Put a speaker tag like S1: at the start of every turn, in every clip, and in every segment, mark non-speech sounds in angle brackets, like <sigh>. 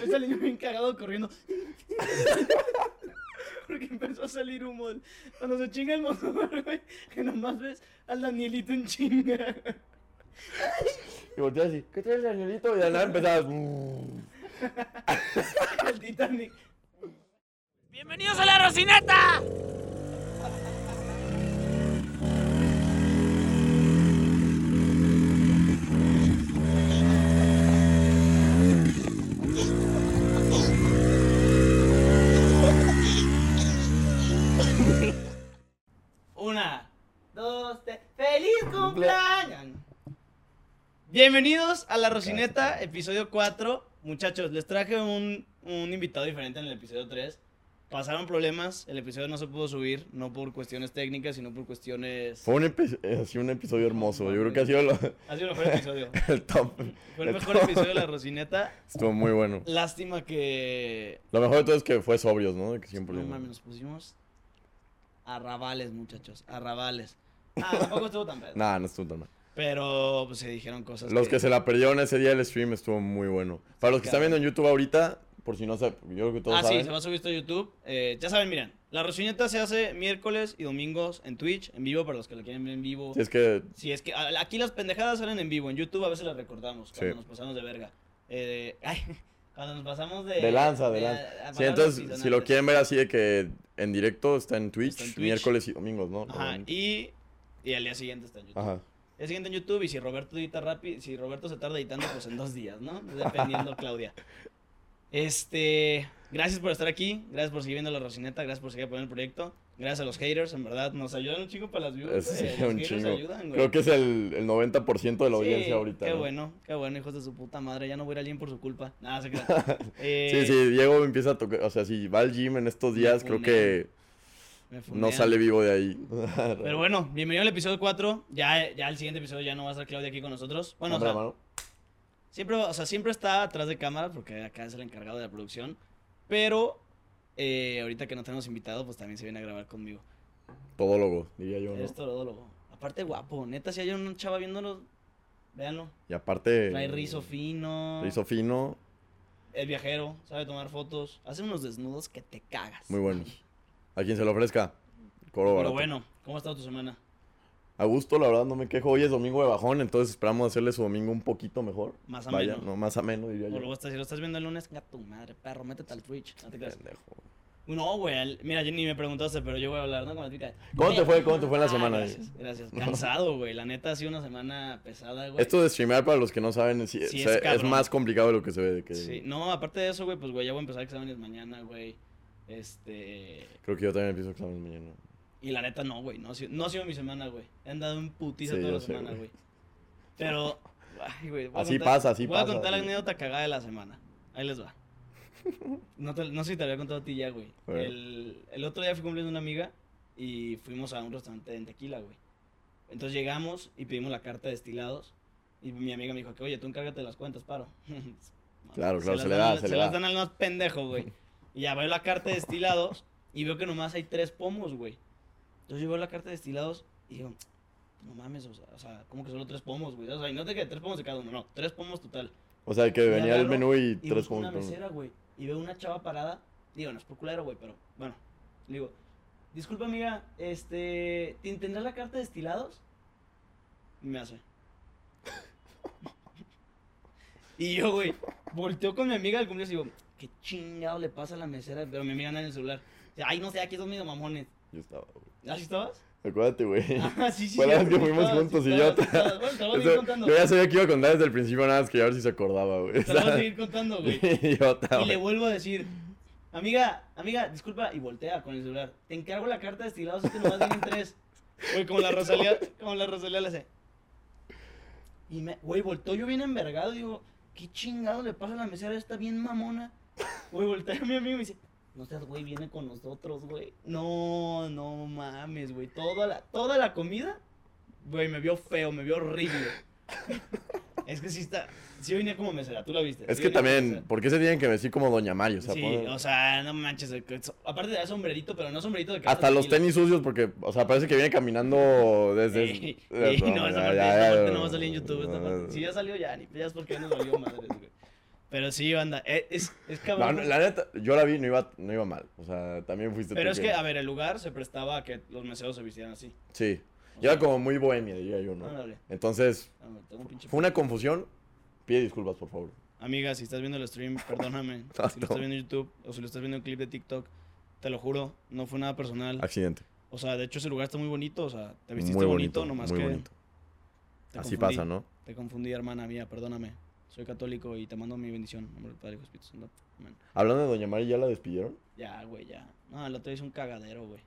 S1: Me sale yo bien cagado corriendo. <laughs> Porque empezó a salir humo. Cuando se chinga el motor, güey, que nomás ves al Danielito en chinga. <laughs>
S2: Y volteé así, ¿qué traes, Danielito? Y de la nada mm. empezabas.
S1: El Titanic.
S3: ¡Bienvenidos a la Rocineta!
S1: Una, dos, tres. ¡Feliz cumpleaños! Bienvenidos a La Rocineta, episodio 4. Muchachos, les traje un, un invitado diferente en el episodio 3. Pasaron problemas, el episodio no se pudo subir, no por cuestiones técnicas, sino por cuestiones...
S2: Fue un, epi- eh, así un episodio hermoso. Yo creo que ha sido lo- <laughs>
S1: Ha sido el mejor episodio.
S2: el top.
S1: Fue el mejor
S2: top.
S1: episodio de La Rocineta.
S2: Estuvo muy bueno.
S1: Lástima que...
S2: Lo mejor de todo es que fue sobrios, ¿no? De que siempre.
S1: No mames, nos pusimos a rabales, muchachos, a rabales.
S2: <laughs>
S1: Ah, tampoco estuvo tan pedo.
S2: Nah, no estuvo tan mal.
S1: Pero pues, se dijeron cosas
S2: Los que se la perdieron ese día el stream estuvo muy bueno. Para los que están viendo en YouTube ahorita, por si no saben, yo creo que todos
S1: ah,
S2: saben.
S1: sí, se va a subir esto a YouTube. Eh, ya saben, miren, la reseñeta se hace miércoles y domingos en Twitch, en vivo, para los que lo quieren ver en vivo.
S2: Si es que
S1: Si es que a- aquí las pendejadas salen en vivo, en YouTube a veces las recordamos, cuando
S2: Sí.
S1: nos pasamos de verga. Eh, ay, <laughs> cuando nos pasamos de...
S2: de lanza, de
S1: a- a
S2: lanza. Sí,
S1: palabras
S2: entonces, si lo
S1: disonantes.
S2: quieren ver así de que en directo está en Twitch,
S1: Está en Twitch.
S2: miércoles y domingos, ¿no?
S1: Ajá,
S2: Normalmente.
S1: y, y al día siguiente está en YouTube.
S2: Ajá.
S1: El siguiente en YouTube y si Roberto edita rápido, si Roberto se tarda editando, pues en dos días, ¿no?
S2: <laughs>
S1: Dependiendo, Claudia. Este, gracias por estar aquí, gracias por seguir viendo la Rocineta, gracias por seguir apoyando el proyecto, gracias a los haters, en verdad, nos ayudan un chingo para las views.
S2: Es
S1: güey, los
S2: un
S1: haters
S2: chingo.
S1: ayudan, güey.
S2: Creo que es el, el 90% de la audiencia
S1: Sí,
S2: ahorita.
S1: Qué
S2: ¿no?
S1: bueno, qué bueno, hijos de su puta madre, ya no voy a ir al gym por su culpa. Nada, se crean. Eh,
S2: <laughs> Sí, sí, Diego empieza a tocar, o sea, si va al gym en estos
S1: Me
S2: días, creo que
S1: me
S2: no
S1: funean.
S2: sale vivo de ahí.
S1: Pero bueno, bienvenido al episodio 4. Ya, ya el siguiente episodio ya no va a estar Claudia aquí con nosotros. Bueno, o
S2: Cámara,
S1: sea,
S2: mano.
S1: Siempre, o sea, siempre está atrás de cámara porque acá es el encargado de la producción. Pero eh, ahorita que no tenemos invitado, pues también se viene a grabar conmigo.
S2: Todólogo, diría yo, ¿no?
S1: Es todólogo. Aparte, guapo. Neta, si hay una chava viéndolo, véanlo.
S2: Y aparte...
S1: Trae rizo fino.
S2: Eh, Rizo fino,
S1: Es viajero, sabe tomar fotos. Hace unos desnudos que te cagas.
S2: muy bueno. A quien se lo ofrezca. Coro
S1: Pero
S2: barato.
S1: bueno, ¿cómo ha estado tu semana?
S2: A gusto, la verdad, no me quejo. Hoy es domingo de bajón, entonces esperamos hacerle su domingo un poquito mejor.
S1: Más
S2: Vaya,
S1: ameno.
S2: no, más ameno, diría
S1: O
S2: yo.
S1: luego estás, si lo estás viendo el lunes, venga tu madre, perro, métete al Twitch. No te creas.
S2: Pendejo.
S1: No, güey. al- Mira, yo ni me preguntaste, pero yo voy a hablar, ¿no? Con la típica de,
S2: ¿Cómo te fue? ¿Cómo te fue en la
S1: "Ah,
S2: semana?
S1: Gracias, gracias.
S2: <laughs>
S1: Cansado, güey. La neta ha sido una semana pesada, güey.
S2: Esto de streamear, para los que no saben, sí,
S1: Sí,
S2: o sea,
S1: es
S2: es,
S1: cabrón.
S2: más complicado de lo que se ve. de que-
S1: Sí, no, aparte de eso, güey, pues, güey, ya voy a empezar exámenes mañana, güey. Este.
S2: Creo que yo también empiezo exámenes mañana.
S1: Y la neta, no, güey. No, ha sido- no ha sido mi semana, güey. He andado en putiza
S2: Sí,
S1: toda
S2: yo
S1: la
S2: sé,
S1: semana,
S2: güey.
S1: güey. Pero. Ay, güey. voy a
S2: Así pasa, así
S1: Voy
S2: pasa,
S1: a contar la
S2: güey.
S1: anécdota cagada de la semana. Ahí les
S2: <laughs>
S1: va. No, te- no sé si te lo había contado a ti ya, güey.
S2: A ver.
S1: El, el otro día fui cumpliendo una amiga y fuimos a un restaurante en Tequila, güey. Entonces llegamos y pedimos la carta de destilados. Y mi amiga me dijo que, oye, tú encárgate de las cuentas, paro. <laughs>
S2: Claro, claro,
S1: las
S2: se le
S1: dan
S2: da,
S1: al-
S2: se
S1: se
S2: le
S1: las
S2: da.
S1: dan al más pendejo, güey. Y ya veo la carta de destilados y veo que nomás hay tres pomos, güey. Entonces yo veo la carta de destilados y digo, no mames, o sea, o sea, ¿cómo que solo tres pomos, güey? O sea, y no te que tres pomos de cada uno, no, tres pomos total.
S2: O sea, que
S1: Y
S2: venía el
S1: agarro
S2: menú y,
S1: Y
S2: tres
S1: busco una
S2: puntos.
S1: mesera, güey, y veo una chava parada. Digo, no es por culero, güey, pero bueno. Le digo, disculpa, amiga, este, ¿te- ¿tendrás la carta de destilados? Y me hace. y yo, güey, volteo con mi amiga del cumpleaños y digo, ¿qué chingado le pasa a la mesera? Pero mi amiga anda en el celular. Dice, Ay, no sé, aquí son medio mamones.
S2: Yo estaba, güey.
S1: ¿Así
S2: <laughs>
S1: estabas? <laughs>
S2: Acuérdate, güey.
S1: Ah, sí, sí.
S2: Fue la
S1: sí,
S2: vez que
S1: sí
S2: fuimos
S1: estabas, sí
S2: juntos y
S1: estabas, sí
S2: yo-
S1: estabas. Bueno,
S2: <laughs>
S1: te lo voy a
S2: Eso-
S1: seguir contando.
S2: yo ya sabía que iba a contar desde el principio, nada más que a ver si se acordaba, güey. <laughs> O
S1: Te lo voy a
S2: sea,
S1: seguir contando, güey.
S2: idiota,
S1: <laughs> Y le
S2: güey.
S1: vuelvo a decir, amiga, amiga, disculpa, y voltea con el celular. Te encargo la carta de estilados, es que nomás vienen tres. Güey, como la Rosalía, como la Rosalía le hace. Y me, güey, volteó yo bien envergado, digo, ¿qué chingado le pasa a la mesera esta bien mamona? Güey, voltea a mi amigo y me dice, no seas güey, viene con nosotros, güey. No, no mames, güey, toda la, toda la comida, güey, me vio feo, me vio horrible. <laughs> Es que sí está, sí venía como mesera, tú la viste.
S2: Es
S1: sí
S2: que
S1: venía como
S2: también,
S1: mesera.
S2: ¿por qué se tienen que vestir como Doña Mario? O sea,
S1: Sí,
S2: ponen-
S1: o sea, no manches. el que- so- Aparte da sombrerito, pero no sombrerito de casa
S2: hasta los
S1: tequila.
S2: tenis sucios, porque, o sea, parece que viene caminando desde.
S1: <laughs> Sí, sí,
S2: <laughs>
S1: no, esa parte, esa parte no va a salir en YouTube. esta parte. Si ya salió ya, ni ya es porque ya nos valió madre. Pero sí, banda, eh, es, es
S2: No,
S1: cabrón.
S2: no, la neta, yo la vi, no iba, no iba mal. O sea, también fuiste
S1: Pero
S2: tú
S1: es que, ah, a ver, el lugar se prestaba a que los meseros se vistieran así.
S2: Sí. Yo era como muy bohemia, diría yo, ¿no?
S1: Ándale.
S2: Entonces,
S1: Ah, me tengo un pinche-
S2: fue una confusión. Pide disculpas, por favor.
S1: Amiga, si estás viendo el stream,
S2: <laughs>
S1: perdóname.
S2: Ah,
S1: si lo
S2: no.
S1: estás viendo en YouTube o si lo estás viendo en un clip de TikTok, te lo juro, no fue nada personal.
S2: Accidente.
S1: O sea, de hecho ese lugar está muy bonito, o sea, te vististe
S2: muy
S1: bonito,
S2: bonito,
S1: nomás
S2: muy
S1: que
S2: bonito.
S1: te
S2: Así
S1: confundí.
S2: pasa, ¿no?
S1: Te confundí, hermana mía, perdóname. Soy católico y te mando mi bendición. en nombre del Padre, Hijo y Espíritu Santo. Amén.
S2: Hablando de Doña Mari, ¿ya la despidieron?
S1: Ya, güey, ya. No, el otro día es un cagadero, güey.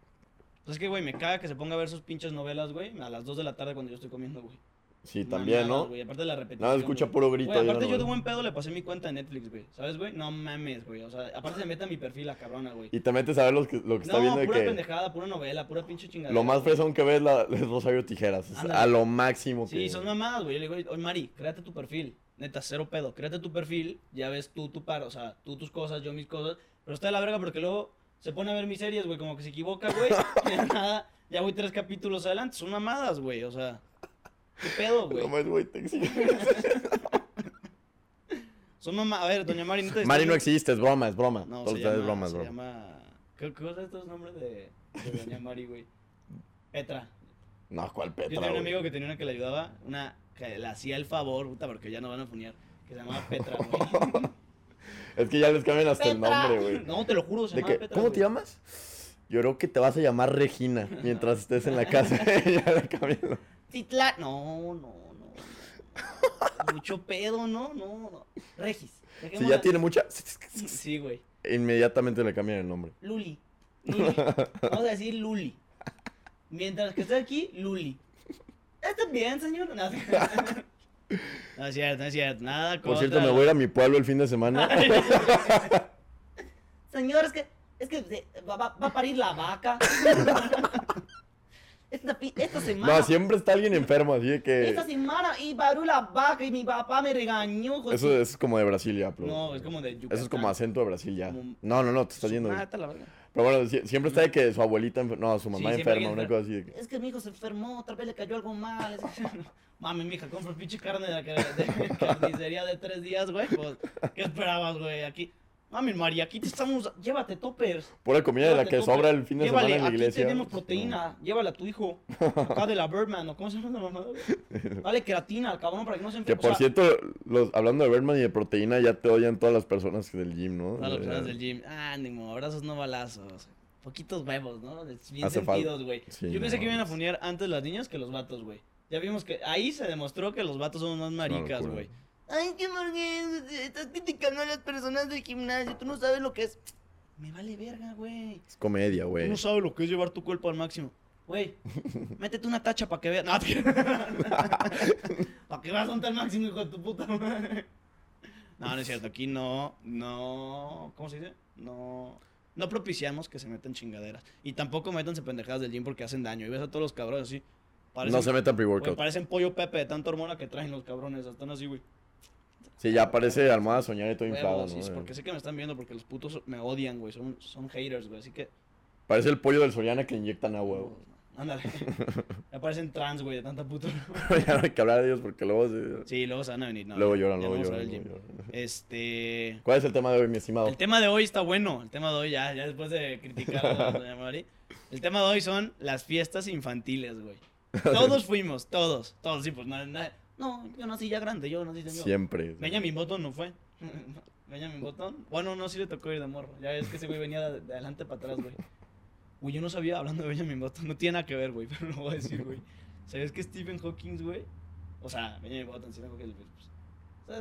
S1: Pues es que, güey, me caga que se ponga a ver sus pinches novelas, güey, a las 2 de la tarde cuando yo estoy comiendo, güey.
S2: Sí, también,
S1: Mamadas,
S2: ¿no?
S1: güey, Aparte de la repetición.
S2: Nada, escucha
S1: güey.
S2: puro grito.
S1: Güey,
S2: ahí,
S1: aparte
S2: ¿no?
S1: yo de buen pedo le pasé mi cuenta de Netflix, güey. ¿Sabes, güey? No mames, güey. O sea, aparte se mete a mi perfil la cabrona, güey.
S2: Y te metes a ver los que- lo que está
S1: no,
S2: viendo de
S1: pura
S2: que
S1: pendejada, pura novela, pura pinche chingada.
S2: lo más fresón que ves la, es Rosario Tijeras. es
S1: Ándale.
S2: a lo máximo que...
S1: Sí, son mamadas, güey. Yo le digo, oye, Mari, créate tu perfil. Neta, cero pedo. Créate tu perfil. Ya ves tú tu par, o sea, tú tus cosas, yo mis cosas. Pero está de la verga porque luego se pone a ver mis series, güey. Como que se equivoca,
S2: <laughs>
S1: güey. y de nada, ya voy tres capítulos adelante. Son mamadas, güey. O sea, qué
S2: <laughs>
S1: pedo, güey.
S2: No más, güey, te exigen.
S1: Son mamadas. A ver, doña Mari, no te
S2: Mari no
S1: distraigas.
S2: existe, es broma, es broma.
S1: No,
S2: Todo
S1: se
S2: lo que sabes
S1: llama,
S2: es broma, es
S1: se
S2: broma.
S1: llama... ¿Qué, qué cosa estos nombres de, de
S2: <laughs>
S1: Doña Mari, güey? Petra.
S2: No, ¿cuál
S1: Yo
S2: Petra,
S1: tenía un
S2: güey? <laughs>
S1: amigo que tenía una que le ayudaba, una que le hacía el favor, puta, porque ya no van a funear, que se llamaba
S2: <laughs>
S1: Petra, güey.
S2: Es que ya les cambian hasta el
S1: ¡Petra!
S2: nombre, güey.
S1: No, te lo juro, <laughs> se
S2: De
S1: llamaba
S2: que,
S1: Petra,
S2: ¿Cómo te
S1: güey.
S2: llamas? Yo creo que te vas a llamar Regina mientras estés en la casa. <laughs> ya le cambian.
S1: Titla... No, no, no, no. Mucho pedo, no, no, no. Regis.
S2: Si
S1: dejémosla-
S2: ya tiene mucha,
S1: Sí, güey.
S2: inmediatamente le cambian el nombre.
S1: Luli. Luli. Vamos a decir Luli. Mientras que esté aquí, Luli. ¿Está bien, señor? No, <laughs> No es cierto, no es cierto. Nada
S2: Por cierto, me voy a ir a mi pueblo el fin
S1: <laughs>
S2: de semana. <laughs>
S1: Señor, es que, es que eh, va, va- va a parir la vaca. <laughs> esta, pi- esta semana.
S2: No, siempre está alguien enfermo, así de que...
S1: Esta semana y paró la vaca y mi papá me regañó. hijo de
S2: Eso
S1: su-
S2: es como de Brasil ya, pero...
S1: pues No, es como de
S2: Eso es como
S1: Yucatán.
S2: acento de Brasil ya.
S1: Como-
S2: No, no, no, te estás yendo.
S1: Ah,
S2: güey.
S1: está la verga.
S2: Pero bueno, sie- siempre está de que su abuelita, enfer- no, su mamá
S1: siempre
S2: enferma,
S1: alguien
S2: una
S1: enfer-
S2: cosa así. de que-
S1: Es que mi hijo se enfermó, otra vez le cayó algo mal. es que- <laughs> Mami, mija, compra pinche carne de la que- de <laughs> carnicería de tres días, güey. pues, ¿Qué esperabas, güey? Aquí. Mami, María, aquí te estamos. Llévate toppers.
S2: Pura comida de la
S1: Llévate
S2: que
S1: toppers.
S2: sobra el fin de
S1: Llévale,
S2: semana en la iglesia.
S1: Aquí tenemos proteína. Llévala a tu hijo. Acá de la Birdman, ¿o cómo se llama la
S2: <laughs>
S1: mamada? Dale creatina al cabrón para que no se
S2: Que
S1: enferme.
S2: por cierto, los, hablando de Berman y de proteína, ya te odian todas las personas del gym, ¿no?
S1: Todas las personas
S2: Ya-
S1: del gym. Ánimo, abrazos no balazos. Poquitos huevos, ¿no? Bien
S2: Hace falta.
S1: sentidos, güey.
S2: Sí,
S1: Yo pensé
S2: no
S1: que iban a
S2: mames.
S1: funear antes las niñas que los vatos, güey. Ya vimos que ahí se demostró que los vatos somos más maricas,
S2: locura.
S1: güey. Ay, qué porque estás criticando a las personas del gimnasio. Tú no sabes lo que es. Me vale verga, güey.
S2: Es comedia,
S1: Tú
S2: güey.
S1: no sabes lo que es llevar tu cuerpo al máximo.
S2: <laughs>
S1: Güey, métete una tacha para que <laughs> veas. para que veas dónde está el máximo, hijo de tu puta madre. No, no es cierto. Aquí no, no. ¿Cómo se dice? No. No propiciamos que se metan chingaderas. Y tampoco métanse pendejadas del gym porque hacen daño. Y ves a todos los cabrones así. Parecen,
S2: No se metan
S1: güey,
S2: pre-workout.
S1: parecen pollo pepe de tanta hormona que traen los cabrones. Están así, güey.
S2: Sí, ya parece almohada soñar y todo inflado,
S1: Huevos, y
S2: ¿no?
S1: es porque sé que me están viendo porque los putos me odian, güey. Son, son haters, güey. Así que
S2: Parece el pollo del Soriana que inyectan agua, güey. <laughs>
S1: Ándale. Me parecen trans, güey, de tanta puta.
S2: ya no hay que hablar de ellos porque luego se-
S1: Sí, luego se van a venir. No,
S2: luego
S1: ya-
S2: lloran,
S1: ya
S2: luego
S1: vamos a
S2: lloran,
S1: hablar del
S2: luego
S1: gym.
S2: lloran.
S1: Este.
S2: ¿Cuál es el tema de hoy, mi estimado?
S1: El tema de hoy está bueno. El tema de hoy, ya, ya después de criticar a doña Mari. El tema de hoy son las fiestas infantiles,
S2: <laughs>
S1: güey. Todos fuimos, todos, todos, sí, pues nada. nada- No, yo nací ya grande, yo nací señor.
S2: Siempre.
S1: Benjamin Button no fue. Benjamin Button. Bueno, no, sí le tocó ir de morro. Ya es que ese güey venía de, de adelante para atrás, güey. Güey, yo no sabía hablando de Benjamin Button. No tiene nada que ver, güey, <laughs> pero lo voy a decir, güey. ¿Sabías que Stephen Hawking, güey? O sea, Benjamin Button, Stephen Hawking. Pues, pues,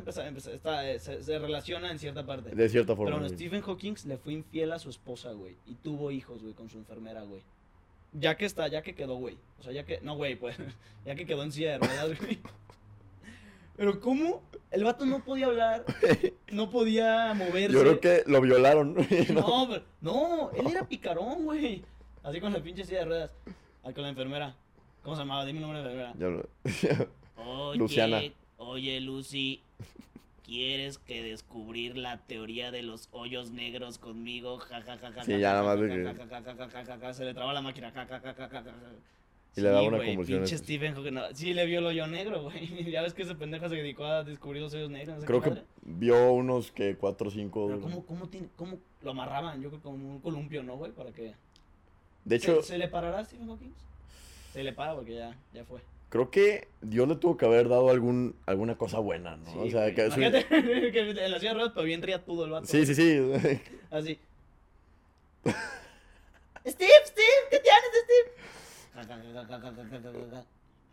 S1: o sea, empeza- empeza- está, eh, se, se relaciona en cierta parte.
S2: De cierta
S1: Pero
S2: forma.
S1: bueno,
S2: sí.
S1: Stephen Hawking le fue infiel a su esposa, güey. Y tuvo hijos, güey, con su enfermera, güey. Ya que está, ya que quedó, güey. O sea, ya que. No, güey, pues. <laughs> Ya que quedó en silla de ruedas, <laughs> güey. Pero ¿cómo? El vato no podía hablar, no podía moverse.
S2: Yo creo que lo violaron. <laughs> ¿no?
S1: eh. No, pero- no, él era picarón, güey. Así con la pinche silla de ruedas. Ahí con la enfermera. ¿Cómo se llamaba? Dime el nombre de la enfermera.
S2: Ya
S1: <laughs>
S2: lo-
S4: Oye,
S2: Luciana.
S4: Oye, Lucy, ¿quieres que descubrir la teoría de los hoyos negros conmigo? Ja, ja, ja, ja,
S2: Sí,
S4: ja,
S2: ya
S4: ja,
S2: nada más
S4: ja,
S2: de
S4: ja,
S2: que-
S4: ja, ja, ja, ja, ja, ja,
S1: Se le traba la máquina. ca, ca, ca, ca, ca, ca, ca, ca.
S2: Y le daba
S1: Sí,
S2: una
S1: güey,
S2: convulsión.
S1: Pinche Stephen Hawking. no, sí, le vio el hoyo negro, güey. <laughs> Ya ves que ese pendejo se dedicó a descubrir los hoyos negros. no sé
S2: <laughs> Creo
S1: qué
S2: que
S1: madre.
S2: vio unos que cuatro o cinco.
S1: Pero ¿cómo, cómo, tiene, ¿cómo lo amarraban? Yo creo que como un columpio, ¿no, güey? Para que.
S2: De hecho,
S1: ¿Se, se le parará a Stephen Hawking? Se le para porque ya, ya fue.
S2: creo que Dios le tuvo que haber dado algún, alguna cosa buena, ¿no?
S1: Sí,
S2: o sea,
S1: güey.
S2: que su-
S1: Imagínate <laughs> que en la silla de ruedas, pero bien todo el vato.
S2: Sí, sí, <laughs> sí.
S1: Así. <laughs> Steve, Steve, ¿qué tienes, Steve?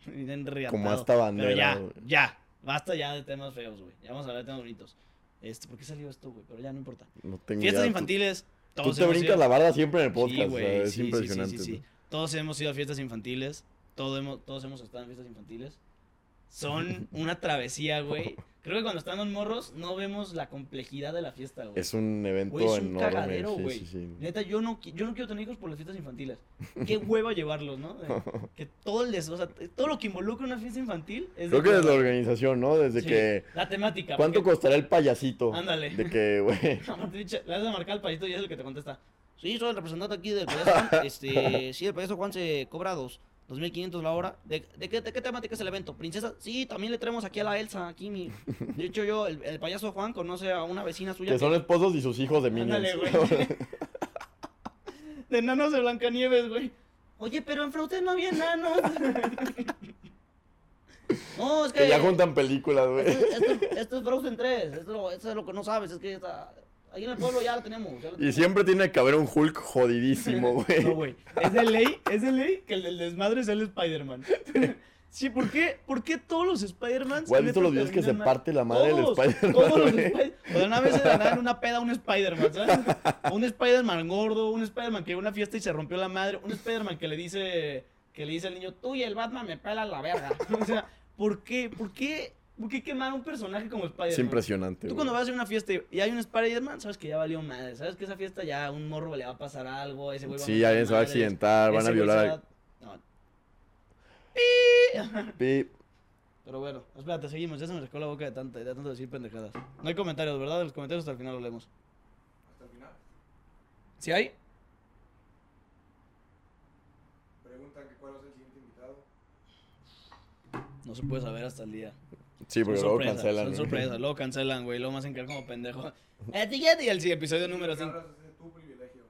S1: Bien enriatado.
S2: Como hasta bandera,
S1: Pero ya,
S2: güey.
S1: ya. Basta ya de temas feos, güey. Ya vamos a hablar de temas bonitos. Este, ¿Por qué salió esto, güey? Pero ya no importa.
S2: No tengo
S1: Fiestas
S2: idea. Tú-
S1: infantiles.
S2: Tú,
S1: todos
S2: te
S1: hemos
S2: brincas
S1: ido-
S2: la barda siempre en el podcast.
S1: Sí,
S2: o sea,
S1: güey,
S2: es
S1: sí, sí, sí,
S2: impresionante.
S1: sí, sí.
S2: ¿no?
S1: Todos hemos ido a fiestas infantiles. Todos hemos, todos hemos estado en fiestas infantiles.
S2: <laughs>
S1: Son una travesía, güey. Creo que cuando estamos morros no vemos la complejidad de la fiesta, güey.
S2: Es un evento
S1: Güey, es un
S2: enorme.
S1: cagadero,
S2: sí,
S1: güey.
S2: sí, sí.
S1: Neta, yo no, qui- yo no quiero tener hijos por las fiestas infantiles. Qué hueva llevarlos, ¿no? De- Que todo, les, o sea, t- todo lo que involucra una fiesta infantil es... de
S2: Creo que desde la
S1: hueva.
S2: organización, ¿no? Desde
S1: Sí,
S2: que.
S1: La temática.
S2: ¿Cuánto
S1: porque-
S2: costará el payasito?
S1: Ándale.
S2: De que, güey.
S4: <laughs>
S1: <laughs> Aparte, dicha, Le das a marcar al payito y es el que te contesta.
S4: Sí, soy el representante aquí del payaso
S2: <laughs>
S4: Juan. Este, sí, el payaso Juan se cobra dos. 2.500 la hora. ¿De, de qué, de qué temática es el evento? ¿Princesa? Sí, también le traemos aquí a la Elsa, aquí mi... De hecho, yo, el, el payaso Juan conoce a una vecina suya
S2: Que son esposos y sus hijos de minions.
S1: Ándale, güey. De nanos de Blancanieves, güey.
S4: Oye, pero en Frozen no había
S1: <laughs>
S4: enanos. no, es que...
S2: <laughs> que ya juntan películas, güey.
S4: Esto, esto- esto es Frozen 3. Esto, lo- esto es lo que no sabes. Es que está... Ahí en el pueblo ya lo tenemos. ya lo
S2: Y
S4: tenemos.
S2: siempre tiene que haber un Hulk jodidísimo,
S1: <laughs> No,
S2: güey.
S1: güey. Es de ley, es de ley que el del desmadre es el Spider-Man. Sí, ¿por qué? ¿Por qué todos los Spider-Man?
S2: Güey, ¿has visto los videos que se parte la madre del Spider-Man,
S1: Todos los
S2: güey?
S1: Spider- O sea, una vez se le dan una peda a un Spider-Man, ¿sabes? Un Spider-Man gordo, un Spider-Man que iba a una fiesta y se rompió la madre, un Spider-Man que le dice que le dice al niño, "Tú y el Batman me pelan la verga." <laughs> O sea, ¿por qué? ¿Por qué? ¿Por qué quemar un personaje como Spider-Man?
S2: Es impresionante.
S1: Tú
S2: güey.
S1: cuando vas a una fiesta y- y hay un Spider-Man, sabes que ya valió madre. Sabes que esa fiesta ya a un morro le va a pasar algo. a Ese güey va a
S2: Sí,
S1: mentar
S2: alguien se va a
S1: madres,
S2: accidentar, van
S1: ese
S2: a
S1: güey se
S2: violar.
S1: va
S2: a-
S1: a- no,
S2: Pi.
S1: pero bueno, espérate, seguimos. Ya se me secó la boca de tanto, de tanto decir pendejadas. No hay comentarios, ¿verdad? Los comentarios hasta el final los leemos. ¿Hasta el final? ¿Sí hay?
S5: Preguntan que cuál es el siguiente invitado.
S1: No se puede saber hasta el día.
S2: Sí, porque
S1: Son
S2: luego
S1: sorpresas,
S2: cancelan. ¿eh?
S1: Son
S2: ¿no?
S1: sorpresas, luego cancelan, güey. Luego más encar como
S2: <laughs>
S1: pendejo. El siguiente y el sí, episodio número 5.
S5: Carlos, ese es tu privilegio.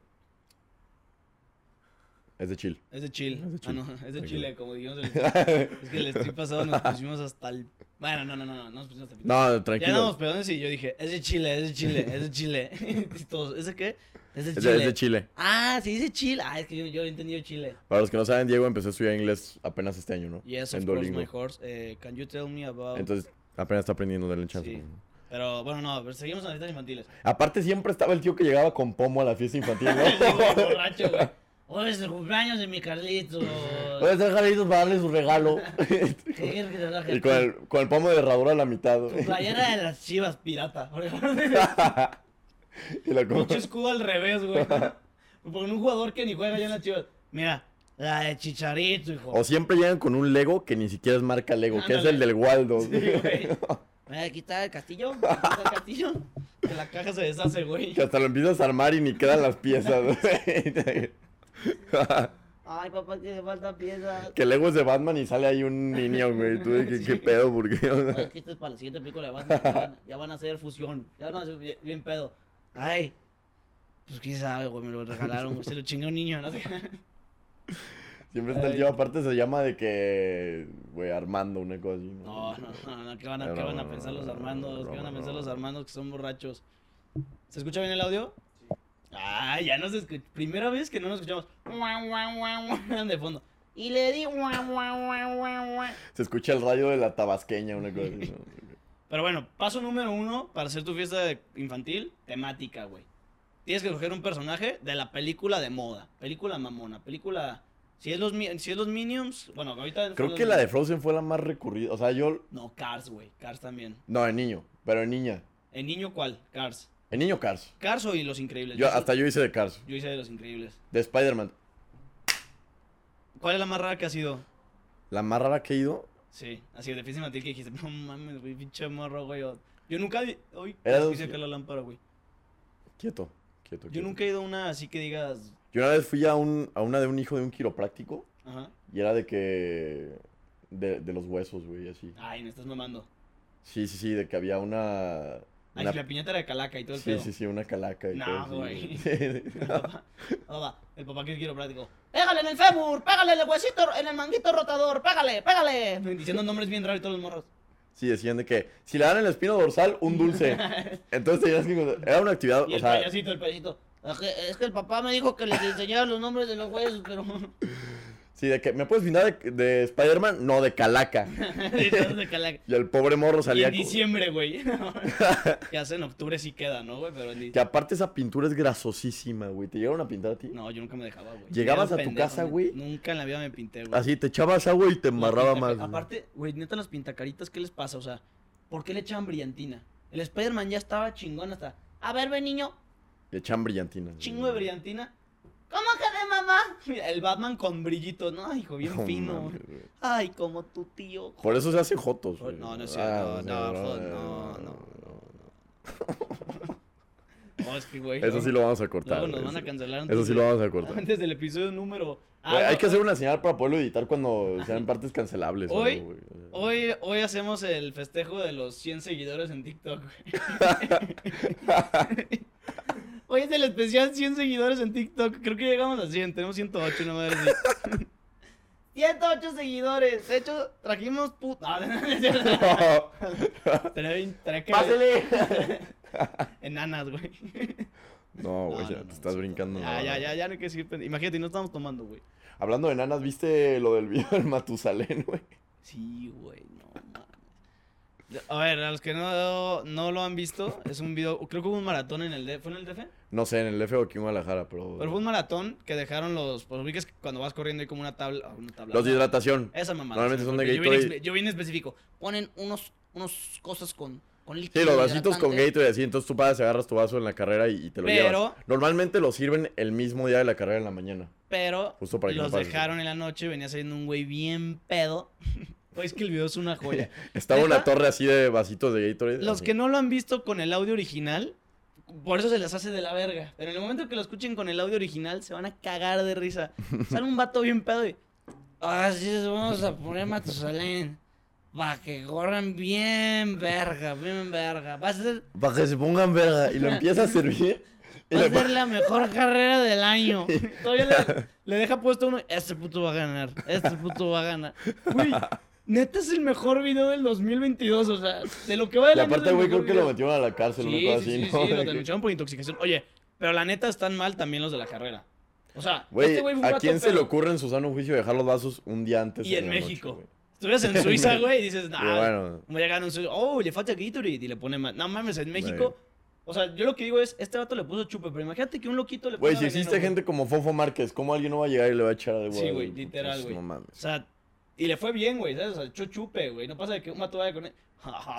S2: Es de chill.
S1: Es de chill.
S2: Es de
S1: Ah,
S2: chill.
S1: no, es de
S2: Ok.
S1: Chile, como dijimos
S2: <laughs>
S1: el Es que el stream pasado nos pusimos hasta el. Bueno, no, no, no, no, no nos pusimos hasta el.
S2: No,
S1: Ya damos
S2: tranquilo.
S1: pedones y yo dije, es de Chile, es de Chile, es de Chile.
S2: <laughs>
S1: <laughs> Y todos, ¿Ese qué? Es de
S2: Es
S1: Chile.
S2: de, es de Chile.
S1: Ah, sí, dice Chile. Ah, es que yo, yo he entendido Chile.
S2: Para los que no saben, Diego empezó a estudiar inglés apenas este año, ¿no?
S1: Yes,
S2: en
S1: of course,
S2: Duolingo.
S1: my horse. Eh, can you tell me about.
S2: Entonces, apenas está aprendiendo del chance.
S1: Sí.
S2: güey.
S1: Pero bueno, no, pero seguimos en las fiestas
S2: <laughs>
S1: infantiles.
S2: Aparte, siempre estaba el tío que llegaba con pomo a la fiesta
S1: <laughs>
S2: infantil,
S1: Digo,
S2: ¿no?
S1: borracho, güey. Hoy es el cumpleaños de mi Carlito.
S2: <laughs> Voy a hacer jalitos para darle su regalo.
S1: ¿Qué quieres que te traje?
S2: y con el, con el pomo de herradura a la mitad,
S1: Tu
S2: güey.
S1: playera de las chivas pirata. por ejemplo.
S2: <laughs>
S1: <laughs>
S2: Y la como-
S1: Pinche escudo al revés, güey. Por un jugador que ni juega ya en las chivas. Mira, la de Chicharito, hijo.
S2: O siempre llegan con un Lego que ni siquiera es marca Lego, que es
S1: Ándale.
S2: el del Waldo.
S1: Sí, <laughs> güey.
S4: Mira, aquí está el castillo. Aquí está el castillo.
S1: Que la caja se deshace, güey.
S2: Que hasta lo empiezas a armar y ni quedan las piezas. güey. <laughs>
S4: Ay, papá, que me faltan piezas.
S2: que Lego es de Batman y sale ahí un niño, güey. Tú de que, qué pedo, ¿por qué? O
S4: Ay,
S1: <laughs>
S2: sea,
S4: es que esto es para la siguiente película de Batman. Ya van- Ya van a hacer fusión.
S1: Ya no, es bien, bien pedo. Ay. Pues quién sabe, güey, me lo regalaron, güey. Se lo chingué a un niño, ¿no?
S2: siempre está el tío, aparte se llama de que, güey, Armando, una cosa así.
S1: No, no, no, no, ¿qué van a,
S2: No,
S1: qué van a
S2: no,
S1: pensar
S2: no,
S1: los
S2: no,
S1: armandos? ¿Qué van a
S2: no,
S1: pensar
S2: no.
S1: los armandos que son borrachos? ¿Se escucha bien el audio? Ah, ya nos escuchamos. Primera vez que no nos escuchamos. Guau, guau, guau, guau, De fondo.
S4: Y le di guau, guau, guau, guau, guau.
S2: Se escucha el rayo de la tabasqueña, una cosa
S1: <laughs>
S2: así. ¿no?
S1: Pero bueno, paso número uno para hacer tu fiesta de- infantil, temática, güey. Tienes que coger un personaje de la película de moda, película mamona, película... Si es los, Mi- si es los Minions, bueno, ahorita... fue
S2: Creo
S1: los
S2: que la de
S1: Minions.
S2: Frozen fue la más recurrida. O sea, yo.
S1: No, Cars, güey, Cars también.
S2: No, en niño, pero en niña.
S1: ¿El niño cuál? Cars.
S2: En niño, Cars.
S1: Cars o y Los Increíbles.
S2: Yo,
S1: soy-
S2: hasta yo hice de Cars.
S1: yo hice de Los Increíbles.
S2: De Spider-Man.
S1: ¿Cuál es la más rara que ha sido?
S2: La más rara que he ido
S1: Sí, así de fiesta infantil que dijiste, no mames, güey, pinche morro, güey. o- Yo nunca... vi- Uy,
S2: Era
S1: casi
S2: dos-
S1: hice acá la lámpara, güey.
S2: Quieto, quieto.
S1: Yo
S2: quieto.
S1: nunca he ido a una así que digas...
S2: Yo una vez fui a, un, a una de un hijo de un quiropráctico
S1: Ajá.
S2: Y era de que. De, de los huesos, güey, así.
S1: Ay, me estás mamando.
S2: Sí, sí, sí, de que había una.
S1: Ay,
S2: una-
S1: si la piñata era de calaca y todo el
S2: sí,
S1: pedo.
S2: sí, sí, una calaca. y
S1: No,
S2: todo así,
S1: güey. <laughs> El
S2: güey. <laughs>
S1: papá, papá, el papá que quiero práctico.
S4: Pégale en el fémur, pégale en el huesito, en el manguito rotador, pégale, pégale.
S1: Diciendo nombres bien raros y todos los morros. <laughs>
S2: Sí, decían de que si le dan en la espina dorsal, un
S1: <laughs>
S2: dulce. Entonces tenías que. encontrar- Era una actividad,
S1: Y
S2: o
S1: el
S2: sea,
S1: payasito, el payasito.
S4: Es que, es que el papá me dijo que les enseñara los nombres de los huesos, pero...
S2: sí, de que me puedes brindar de, de Spider-Man, no, de calaca.
S1: <laughs> Entonces, de calaca.
S2: Y el pobre morro
S1: <laughs> Y
S2: salía.
S1: en
S2: co-
S1: diciembre,
S2: <laughs>
S1: güey. que hace en octubre sí queda, ¿no, güey? Pero en
S2: Que
S1: diciembre.
S2: aparte esa pintura es grasosísima, güey. ¿Te llegaron a pintar a ti?
S1: No, yo nunca me dejaba, güey.
S2: ¿Llegabas
S1: Era un
S2: a tu
S1: pendejo,
S2: casa,
S1: me-
S2: güey?
S1: Nunca en la vida me pinté, güey.
S2: Así, te echabas agua y te embarraba
S1: Los
S2: más.
S1: pintaca-
S2: güey.
S1: Aparte, güey, neta, los pintacaritas, ¿qué les pasa? O sea, ¿por qué le echaban brillantina? El Spider-Man ya estaba chingón hasta.
S4: A ver, ven niño,
S2: Le echan brillantina.
S1: Chingo de brillantina. ¿Cómo que de mamá? Mira, el Batman con brillito, ¿no? Hijo, bien
S2: <laughs> No
S1: fino.
S2: mames, güey.
S4: Ay, como tu tío.
S2: Por eso se hacen jotos.
S1: Por-
S2: güey. Ah,
S1: no, no es cierto, no,
S2: no,
S1: no, no, no, No, es que, güey.
S2: Eso sí lo vamos a cortar.
S1: Luego nos
S2: güey,
S1: van a
S2: sí.
S1: cancelar antes,
S2: Eso sí
S1: de-
S2: lo vamos a cortar.
S1: antes del episodio número. Ah,
S2: Güey, hay
S1: no,
S2: que hacer una señal para poderlo editar cuando sean partes cancelables. o
S1: Hoy-
S2: algo, güey.
S1: Hoy, <laughs> hoy hacemos el festejo de los 100 seguidores en TikTok, <laughs> güey. Hoy es el especial 100 seguidores en TikTok. Creo que llegamos a 100. Tenemos 108, una madre así. <laughs>
S4: 108 seguidores.
S1: De hecho, trajimos <laughs> puta.
S2: <laughs> ¡Pásele!
S1: Enanas, güey.
S2: No,
S1: No,
S2: güey, ya
S1: no,
S2: te
S1: no,
S2: estás
S1: no.
S2: brincando.
S1: Ya,
S2: no,
S1: ya,
S2: no.
S1: ya, ya no hay que decir. pende- Imagínate, no estamos tomando, güey.
S2: Hablando de nanas, ¿viste lo del video del Matusalén, güey?
S1: Sí, güey, no mames. A ver, a los que no, no lo han visto, es un video. Creo que hubo un maratón en el DF. ¿Fue en el DF?
S2: No sé, en el F o aquí en Guadalajara, pero...
S1: Pero fue un maratón que dejaron los. Pues ubicas que cuando vas corriendo hay como una tabla. ah, Una tabla
S2: Los de hidratación.
S1: Esa mamada. se
S2: Normalmente
S1: me
S2: son de
S1: fue, yo bien
S2: Gatorade.
S1: espe- Yo vine específico.
S4: Ponen unos, unos cosas con, con líquido.
S2: Sí, los vasitos con
S4: hidratante.
S2: Gatorade, así, entonces tú pagas, agarras tu vaso en la carrera y, y te lo
S1: Pero-
S2: llevas. Normalmente lo sirven el mismo día de la carrera en la mañana.
S1: Pero
S2: Justo para que no
S1: los
S2: pases.
S1: dejaron en la noche. Venía saliendo un güey bien pedo. <laughs> Oye, es que el video es una joya.
S2: Estaba una
S1: ¿Neta?
S2: torre así de vasitos de Gatorade.
S1: Los
S2: así.
S1: que no lo han visto con el audio original, por eso se las hace de la verga. Pero en el momento que lo escuchen con el audio original, se van a cagar de
S2: <laughs>
S1: risa. Sale un vato bien pedo y.
S4: Ah, sí, les vamos a poner Matusalén. Para que corran bien verga, bien verga. Va a ser,
S2: Para que se pongan verga y lo empieza
S1: <laughs>
S2: a servir. y
S1: Pues
S4: va a
S2: le
S4: ser la
S2: <laughs>
S4: mejor carrera del año.
S1: Todavía le, le deja puesto uno. Este puto va a ganar. Este puto va a ganar. Güey, neta es el mejor video del 2022. O sea, de lo que va
S2: pa-
S1: del
S2: y
S1: año es
S2: aparte,
S1: el
S2: güey,
S1: mejor
S2: creo que lo
S1: video.
S2: metieron a la cárcel, una
S1: Sí,
S2: cosa
S1: sí, sí,
S2: así,
S1: sí,
S2: ¿no?
S1: lo denunciaron por intoxicación. Oye, pero la neta están mal también los de la carrera. O sea,
S2: Güey,
S1: este güey fue un
S2: ¿a
S1: vato
S2: quién se
S1: pedo.
S2: le ocurre en su sano juicio dejar los vasos un día antes?
S1: Y en
S2: la noche,
S1: México. Ah.
S2: güey?
S1: Estuvieras
S2: <laughs>
S1: en Suiza, güey, y dices,
S2: Pero
S1: nah,
S2: bueno,
S1: Como llegaron, oh, le falta Gatorade y le pone más. No mames, en México.
S2: Güey.
S1: O sea, yo lo que digo es, este vato le puso chupe, pero imagínate que un loquito le
S2: güey,
S1: ponga
S2: si existe
S1: veneno,
S2: gente como Fofo Márquez, ¿cómo alguien no va a llegar y le va a echar de
S1: Sí,
S2: huevo?
S1: güey, literal, güey.
S2: No mames.
S1: O sea, y le fue bien, güey, ¿sabes? O sea, echó chupe, güey. No pasa de que un vato vaya con él.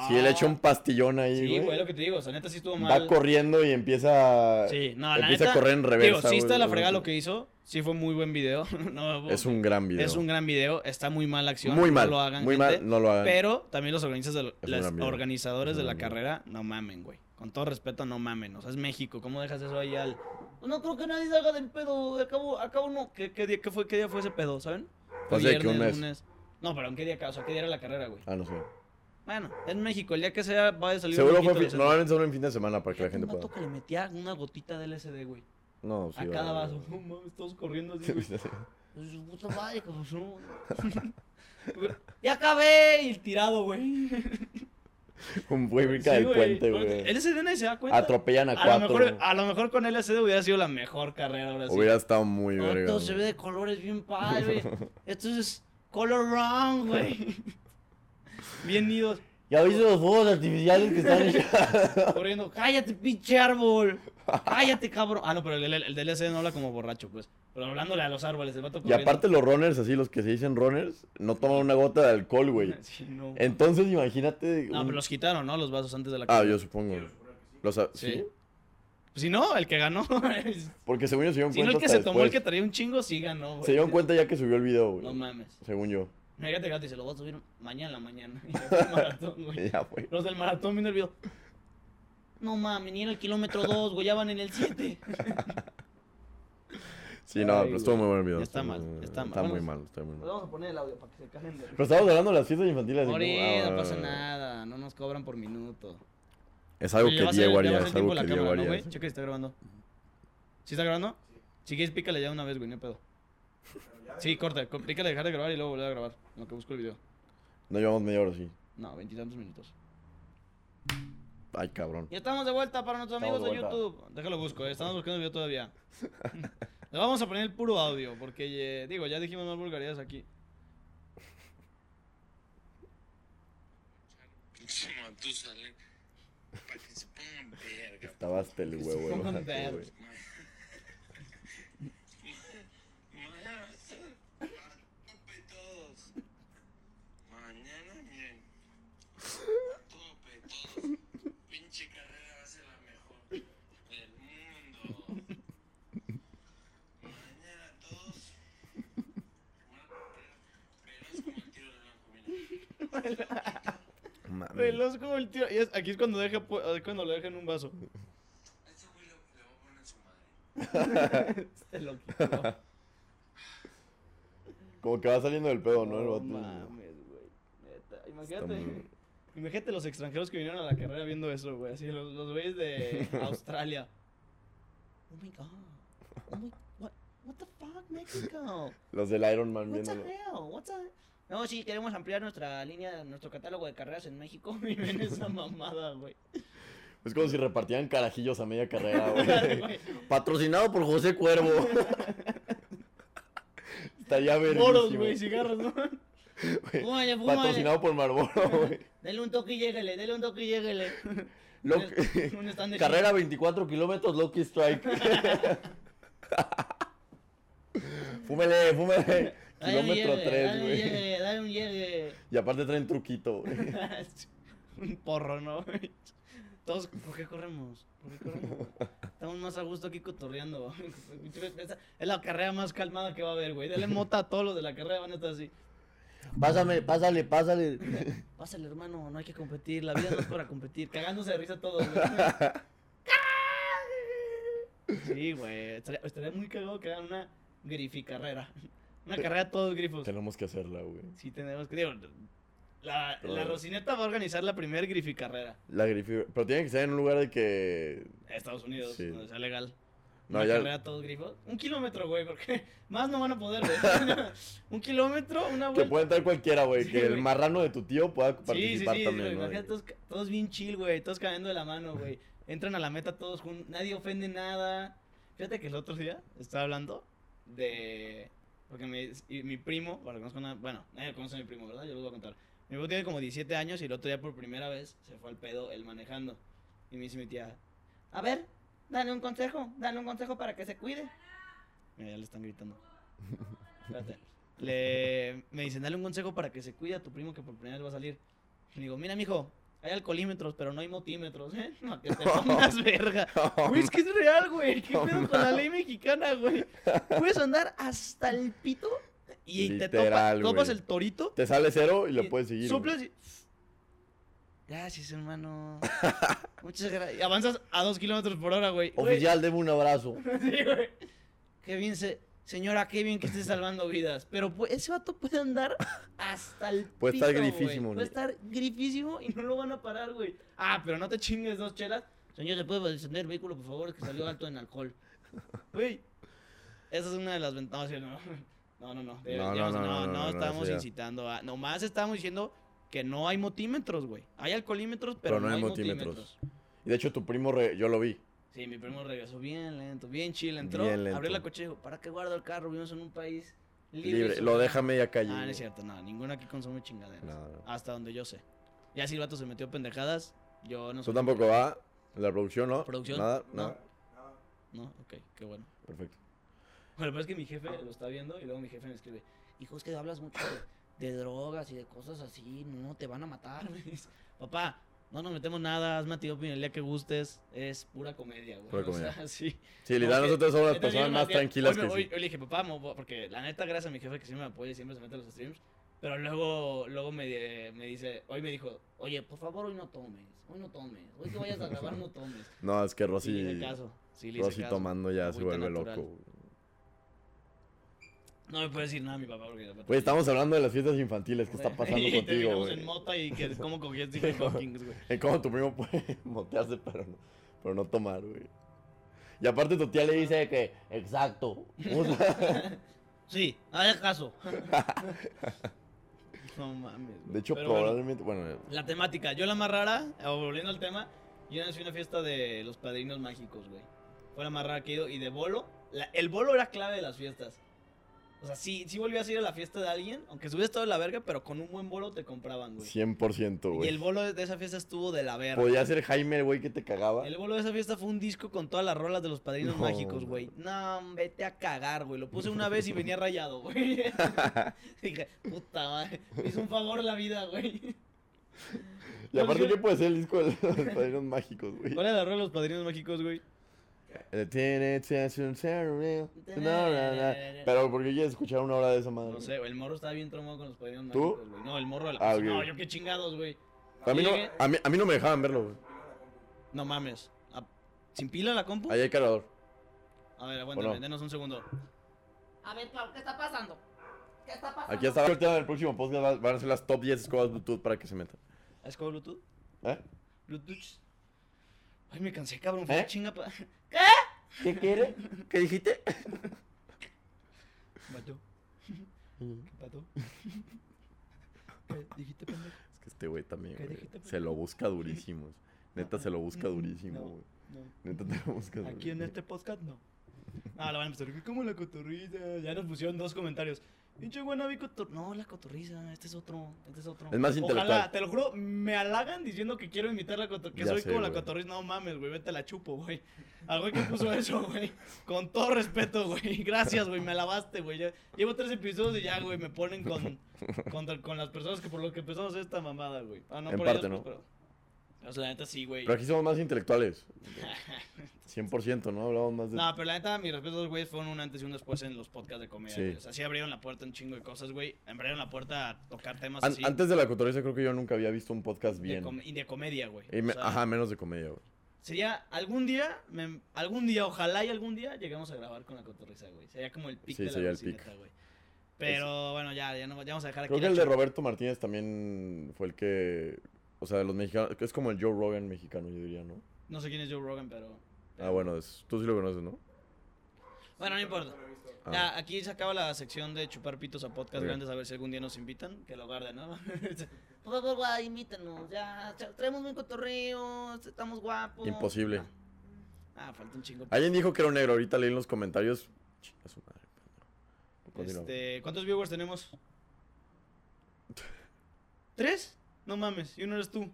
S2: Si él echa un pastillón ahí,
S1: Ah. <laughs> Sí,
S2: güey.
S1: güey, lo que te digo. O sea, neta sí estuvo mal.
S2: Va corriendo y empieza.
S1: Sí, no, la
S2: empieza
S1: neta.
S2: a correr en reversa.
S1: Digo, sí
S2: güey,
S1: está la
S2: güey.
S1: fregada lo que hizo. Sí fue muy buen video. <laughs> no,
S2: Es un gran video.
S1: es un gran video. Está muy mal la acción.
S2: Muy
S1: no
S2: mal.
S1: lo hagan,
S2: muy
S1: gente.
S2: mal, no lo hagan.
S1: Pero también los organizadores
S2: Es
S1: de, los
S2: una mierda.
S1: organizadores
S2: Es
S1: de
S2: una
S1: la
S2: mierda.
S1: carrera no mamen, güey. Con todo respeto, no mamen. O sea, es México. ¿Cómo dejas eso ahí al.? "Pues
S4: No creo que nadie salga del pedo. Acabo, acabo no.
S1: ¿Qué, qué día, qué fue, ¿Qué día fue ese pedo, saben?
S2: Fue hace de que un mes.
S1: lunes. No, pero ¿en qué día? O sea, ¿qué día era la carrera, güey?
S2: Ah, no sé.
S1: Bueno, en México. El día que sea, va a salir. un
S2: Seguro
S1: loquito
S2: fue. fin-
S1: del centro.
S2: Normalmente solo en fin de semana para que la gente
S1: Un vato
S2: pueda.
S1: que le metía una gotita de LSD, güey.
S2: No, sí.
S1: a
S2: va,
S1: cada
S2: va,
S1: vaso. <laughs>
S2: va. <laughs>
S1: No mames, todos corriendo así, güey.
S4: Pues, Su puta madre, como su-
S1: <laughs> ya acabé. Y el tirado, güey.
S2: Un güey brinca
S1: Sí,
S2: del puente, güey.
S1: LSD nadie se da cuenta.
S2: Atropellan a
S1: A lo,
S2: cuatro.
S1: mejor, a lo mejor con LSD hubiera sido la mejor carrera ahora sí. Ah,
S2: Hubiera estado muy
S4: No,
S2: verga.
S4: todo se ve
S2: güey.
S4: de colores bien padre.
S2: <laughs>
S4: Esto es color wrong, güey.
S1: <laughs> Bien nidos.
S2: ¿Ya viste los fuegos artificiales que
S1: <laughs>
S2: están
S1: corriendo.
S4: Cállate, pinche árbol.
S1: Cállate, cabrón. Ah, no, pero el, el, el DLC no habla como borracho, pues. Pero hablándole a los árboles, el vato
S2: Y
S1: corriendo.
S2: aparte, los runners, así los que se dicen runners, no toman una gota de alcohol, güey.
S1: <laughs> Sí, no.
S2: Entonces, imagínate.
S1: No,
S2: un-
S1: pero los quitaron, ¿no? Los vasos antes de la
S2: Ah,
S1: carrera.
S2: yo supongo. Los a- ¿Sí?
S1: Pues Si no, el que ganó. <laughs> si
S2: Porque según yo se dieron
S1: no,
S2: cuenta.
S1: el que
S2: hasta
S1: se tomó el que
S2: después.
S1: traía un chingo, sí ganó, güey.
S2: Se dieron cuenta ya que subió el video, güey.
S1: No mames.
S2: Según yo. <laughs>
S1: Fíjate, gato, y se lo voy a subir mañana, mañana. <laughs> Y ya fue el maratón, güey.
S2: Ya, güey.
S1: Los del maratón viendo el video. Pues,
S4: No mames, ni era el kilómetro 2, güey, ya van en el 7.
S2: Sí, no,
S6: Ay,
S2: pero estuvo
S6: güey.
S2: muy bueno el video.
S1: Está
S2: estuvo
S1: mal,
S2: muy-
S1: está mal.
S2: Está muy
S1: Vámonos.
S2: mal, está muy
S6: Pues
S2: mal.
S6: vamos a poner el audio para que se cajen de...
S2: Pero estábamos hablando de las fiestas infantiles. y como,
S1: Ori, no
S2: ah,
S1: pasa nada, no nos cobran por minuto.
S2: Es algo
S1: Oye,
S2: que
S1: ya va a ser-
S2: Diego
S1: ya
S2: haría,
S1: va a ser
S2: es
S1: el
S2: algo
S1: tiempo de
S2: que
S1: la
S2: Diego
S1: cámara, ¿no,
S2: haría.
S1: güey? Checa si está grabando. ¿Sí está grabando? Si quieres, pícale ya una vez, güey, no hay pedo. Sí, corta, co- pícale dejar de grabar y luego volver a grabar. en Lo que busco el video.
S2: No llevamos media hora, sí.
S1: No, veintitantos minutos.
S2: Ay,
S1: <laughs>
S2: cabrón.
S1: Y estamos de vuelta para nuestros
S2: Estamos
S1: amigos de,
S2: de vuelta.
S1: YouTube. Déjalo busco, eh, estamos buscando el video todavía. <laughs> Le vamos a poner el puro audio, porque eh, digo, ya dijimos más vulgaridades aquí.
S7: Pinche Matusalén. Para que se pongan verga.
S2: Estaba hasta el huevo, el
S1: pongan
S2: vato,
S1: verga.
S2: güey.
S7: Mañana tope todos. Mañana miren. A tope todos. Pinche carrera va a ser la mejor del mundo. Mañana todos. Pero es como el tiro de la comida.
S2: Mami.
S1: Veloz como el tío. y es- aquí es cuando, deja, pu- es cuando lo deja en un
S2: <laughs>
S1: vaso. <laughs>
S7: A este güey le, le voy a poner en su madre.
S6: Este loquito.
S2: Como que va saliendo del pedo, ¿no? El
S6: No
S2: vato.
S6: mames, güey. Neta,
S2: Está
S6: Imagínate.
S2: muy-
S1: Imagínate los extranjeros que vinieron a la carrera viendo eso, güey. Así, los, los güeyes
S2: <laughs>
S1: de Australia. Oh my god. Oh my. What, what the fuck, Mexico?
S2: Los del Iron Man
S1: What the
S2: viéndolo.
S1: hell? What the. No, sí, queremos ampliar nuestra línea, nuestro catálogo de carreras en México. <laughs> Y ven esa mamada,
S2: <laughs>
S1: güey.
S2: Es como si repartieran carajillos a media carrera,
S1: Claro,
S2: güey.
S1: güey.
S2: <laughs> Patrocinado por
S1: <laughs>
S2: José Cuervo. Estaría
S1: Moros,
S2: verguísimo.
S1: güey, cigarros,
S2: <laughs>
S1: ¿no? Fúmale, fúmale.
S2: Patrocinado por
S1: <laughs>
S2: Marlboro, güey.
S1: Dele un toque y lléguele, dele un toque y lléguele.
S2: Lo-
S1: Un stand de
S2: <laughs> Carrera 24 kilómetros, Lucky
S1: <laughs>
S2: Strike. fúmele, fúmele.
S1: Dale un
S2: Kilómetro
S1: llegue,
S2: 3,
S1: Dale un
S2: güey.
S1: llegue, dale un llegue.
S2: Y aparte traen truquito, güey.
S1: <laughs> un porro, ¿no? Todos, ¿por qué corremos? ¿Por qué corremos? Estamos más a gusto aquí cotorreando. <laughs> Esa Es la carrera más calmada que va a haber, güey. Dale mota a todos los de la carrera, van a estar así.
S2: Pásame,
S1: <laughs>
S2: pásale, pásale.
S1: Pásale, hermano, no hay que competir. La vida no es para competir. Cagándose de risa todos, güey. Sí, güey. Estaría, estaría muy cagado que hagan una grificarrera. Una carrera a todos grifos.
S2: Tenemos que hacerla, güey.
S1: Sí, tenemos que. digo, la, la
S2: Pero-
S1: Rocineta va a organizar la primer grificarrera.
S2: La grifi... Pero tiene que ser en un lugar de que...
S1: Estados Unidos,
S2: Sí.
S1: donde sea legal.
S2: No,
S1: una
S2: ya-
S1: carrera a todos grifos. Un kilómetro, güey, porque <laughs> más no van a poder, güey. <laughs> un kilómetro, una
S2: Que
S1: vuelta.
S2: puede entrar cualquiera, güey.
S1: Sí,
S2: que el
S1: güey.
S2: marrano de tu tío pueda
S1: Sí, sí,
S2: participar
S1: sí,
S2: también,
S1: güey,
S2: ¿no?
S1: imagínate todos, todos bien chill, güey, todos cayendo de la mano, güey. Entran a la meta todos juntos, nadie ofende nada. Fíjate que el otro día estaba hablando de... Porque mi, y mi primo, para que conozcan a- bueno, nadie conoce a mi primo, ¿verdad? Yo les voy a contar. Mi primo tiene como 17 años y el otro día por primera vez se fue al pedo él manejando. Y me dice mi tía, a ver, dale un consejo, dale un consejo para que se cuide. Mira, ya le están gritando. Espérate. Le, me dicen, dale un consejo para que se cuide a tu primo que por primera vez va a salir. Y digo, mira, mijo, hay alcoholímetros, pero no hay motímetros, ¿eh? No, que
S2: <laughs>
S1: te pongas verga. Güey, es que es real, güey. ¿Qué
S2: No
S1: pedo con la ley mexicana,
S2: <laughs>
S1: güey? Puedes andar hasta el pito y te topa-
S2: Literal, güey.
S1: topas el torito.
S2: <laughs> Te sale cero y
S1: y
S2: lo puedes seguir.
S1: Soplas
S2: güey.
S1: y... Gracias,
S2: <laughs>
S1: hermano. Muchas gracias. Y avanzas a dos kilómetros por hora, güey. Güey,
S2: Oficial, deme un abrazo.
S1: <laughs> Sí, güey. Qué bien se... Señora, qué bien que esté salvando vidas. Pero pues, ese vato puede andar hasta el
S2: Puede estar
S1: pito, güey.
S2: grifísimo,
S1: Puede
S2: ¿no?
S1: estar grifísimo y no lo van a parar, güey. Ah, pero no te chingues dos chelas. Señor, ¿se puede descender el vehículo, por favor? Que salió alto en alcohol. Güey. Esa es una de las ventajas, ¿no? No, no, no. eh,
S2: No, no,
S1: digamos,
S2: no, no, no, no,
S1: no,
S2: no,
S1: estábamos
S2: eso ya.
S1: incitando a... Nomás estábamos diciendo que no hay motímetros, güey. Hay alcoholímetros, pero, no, hay motímetros.
S2: Y de hecho, tu primo, re- yo lo vi.
S1: Sí, mi primo regresó bien lento, bien chill, entró,
S2: Bien lento.
S1: abrió la coche y dijo, ¿para qué guardo el carro? Vivimos en un país libre.
S2: Libre.
S1: sobre-
S2: Lo deja a media calle.
S1: Ah, no
S2: güey.
S1: es cierto, no, ninguno aquí consume chingaderas.
S2: No, no.
S1: Hasta donde yo sé. Ya si el vato se metió pendejadas, yo no
S2: Tú
S1: sé.
S2: tampoco va. La producción, ¿no?
S1: ¿Producción?
S2: Nada,
S1: No.
S2: nada.
S5: Nada.
S1: No, ok, qué bueno.
S2: Perfecto.
S1: Bueno, pero es que mi jefe lo está viendo y luego mi jefe me escribe, hijo, es que hablas mucho de, de drogas y de cosas así, no, te van a matar. <laughs> me dice. Papá, no nos metemos nada, hazme a ti opinión el día que gustes, es pura comedia, güey.
S2: Pura
S1: <laughs> o sea, sí.
S2: Sí,
S1: Como
S2: literal,
S1: que-
S2: nosotros somos las
S1: Entonces,
S2: personas
S1: yo
S2: más
S1: me-
S2: tranquilas
S1: hoy,
S2: que
S1: me- hoy-
S2: sí.
S1: hoy le dije, papá, mo- mo- porque la neta, gracias a mi jefe que siempre me apoya y siempre se mete a los streams. Pero luego, luego me, de- me dice, hoy me dijo, oye, por favor, hoy no tomes, hoy no tomes, hoy que vayas a grabar no tomes.
S2: No, es que
S1: Sí, le hice
S2: Rosy.
S1: caso. Sí, le hice
S2: Rosy
S1: caso.
S2: pues tomando ya se
S1: Agüita
S2: vuelve
S1: natural.
S2: loco. güey.
S1: No me puede decir nada mi papá porque...
S2: Güey, estamos hablando de las fiestas
S1: <laughs>
S2: infantiles que está
S1: Güey,
S2: pasando
S1: y
S2: contigo,
S1: terminamos
S2: güey.
S1: en mota y
S2: <laughs>
S1: que cómo cogí Stephen Hawking, güey.
S2: En cómo tu primo puede <laughs> motearse, pero no, pero no tomar, güey. Y aparte tu tía le dice que, exacto. O
S1: <laughs>
S2: sea,
S4: Sí, haga
S2: <laughs>
S4: caso.
S1: No mames, güey.
S2: de hecho,
S1: Pero bueno,
S2: probablemente, bueno,
S1: La temática, yo la más rara, eh, volviendo al tema, yo nací en una fiesta de los padrinos mágicos, güey. Fue la más rara que he ido. Y de bolo, la- el bolo era clave de las fiestas. O sea, sí, sí volvías a ir a la fiesta de alguien, aunque subías todo de la verga, pero con un buen bolo te compraban, güey.
S2: 100%,
S1: y el
S2: güey.
S1: bolo de esa fiesta estuvo de la verga.
S2: Podía ser Jaime, el güey, que te cagaba.
S1: El bolo de esa fiesta fue un disco con todas las rolas de los padrinos
S2: No,
S1: mágicos,
S2: no.
S1: güey. No, vete a cagar, güey. Lo puse una vez y venía rayado,
S2: <laughs>
S1: güey. <laughs> Dije, puta madre. Me hizo un favor la vida, güey.
S2: Y aparte, ¿qué puede ser el disco de los <laughs> padrinos mágicos, güey?
S1: ¿Cuál era la rola de los padrinos mágicos, güey?
S2: El tiene sensación ceremonial. No, no, no. Pero porque ya escuchar una hora de esa madre.
S1: No sé, güey, el morro estaba bien traumado con los padrinos
S2: ¿Tú?
S1: mágicos, güey. No, el morro de la
S2: Ah,
S1: pizza. No,
S2: ok.
S1: yo qué chingados, güey.
S2: A mí, no,
S1: Llegué-
S2: a, mí, a mí no me dejaban verlo, güey.
S1: No mames. ¿A- ¿Sin pila la compu?
S2: Ahí hay cargador.
S1: A ver, aguántame,
S2: no?
S1: denos un segundo.
S8: A ver, Clau, ¿qué está pasando? ¿Qué está pasando?
S2: Aquí está. Ahorita en el próximo podcast va- van a ser las top 10 escobas Bluetooth para que se metan.
S1: ¿Es como Bluetooth?
S2: ¿Eh?
S1: Bluetooth. Ay, me cansé, cabrón. Fue
S2: ¿Eh?
S1: una chinga
S2: <laughs>
S1: pa...
S2: ¿Qué quiere? ¿Qué dijiste?
S1: Pato.
S2: Mm.
S1: ¿Qué pato? Dijiste pendejo.
S2: Es que este güey también,
S1: ¿Qué
S2: güey,
S1: dijiste, pendejo?
S2: Se lo busca durísimo.
S1: <laughs>
S2: Neta, se lo busca
S1: no,
S2: durísimo,
S1: no.
S2: güey.
S1: No.
S2: Neta, te lo busca durísimo.
S1: Aquí en este podcast no. Ah, la van a empezar. "Uy, ¿Cómo la cotorriza? Ya nos pusieron dos comentarios. Pinche guanabí cotor. No, la cotorriza. Este es otro. Este es otro.
S2: Es más intelectual.
S1: Ojalá, te lo juro, me halagan diciendo que quiero imitar la cotorriza. Que
S2: Ya
S1: soy
S2: sé,
S1: como la
S2: güey.
S1: cotorriza. No mames, güey. Vete la chupo, güey. Al güey que puso eso, güey. Con todo respeto, güey. Gracias, güey. Me alabaste, güey. Ya- Llevo tres episodios y ya, güey. Me ponen con, con, con las personas que por lo que empezamos esta mamada, güey. Ah, no,
S2: En
S1: por
S2: parte,
S1: ellos,
S2: ¿no?
S1: pues, pero- O sea, la neta sí, güey.
S2: Pero aquí somos
S1: <laughs>
S2: más intelectuales. 100%, ¿no? Hablamos más de.
S1: No, pero la neta, mis respetos, los güeyes fueron un antes y un después en los podcasts de comedia.
S2: Sí.
S1: güey. O sea, sí abrieron la puerta a un chingo de cosas, güey. Abrieron la puerta a tocar temas
S2: An-
S1: así.
S2: Antes de la cotorriza, creo que yo nunca había visto un podcast
S1: pues de
S2: bien.
S1: com- y de comedia, güey.
S2: Y
S1: O
S2: me-
S1: sea,
S2: Ajá, menos de comedia, güey.
S1: Sería algún día, me- algún día, ojalá y algún día lleguemos a grabar con la cotorriza, güey. Sería como el pic
S2: Sí,
S1: de la
S2: sería el
S1: cocineta,
S2: pic.
S1: güey. Pero bueno, ya, ya, no, ya vamos a dejar aquí.
S2: Creo que
S1: la
S2: el de
S1: chamba.
S2: Roberto Martínez también fue el que. O sea, de los mexicanos. Es como el Joe Rogan mexicano, yo diría, ¿no?
S1: No sé quién es Joe Rogan, pero.
S2: Ah, bueno, es- tú sí lo conoces, ¿no?
S1: Bueno, no importa.
S2: Ah.
S1: Ya, aquí se acaba la sección de chupar pitos a podcast
S2: Ok.
S1: grandes, a ver si algún día nos invitan. Que lo guarden,
S2: <laughs>
S1: ¿no? <laughs>
S4: Por favor, guay, invítanos. Ya, tra- traemos muy cotorreo, estamos guapos.
S2: Imposible.
S1: ah, falta un chingo.
S2: Alguien dijo que era un negro, ahorita leí en los comentarios. Chinga su madre. pendejo. Continúa.
S1: Este, ¿Cuántos viewers tenemos? ¿Tres? No mames, y uno eres tú.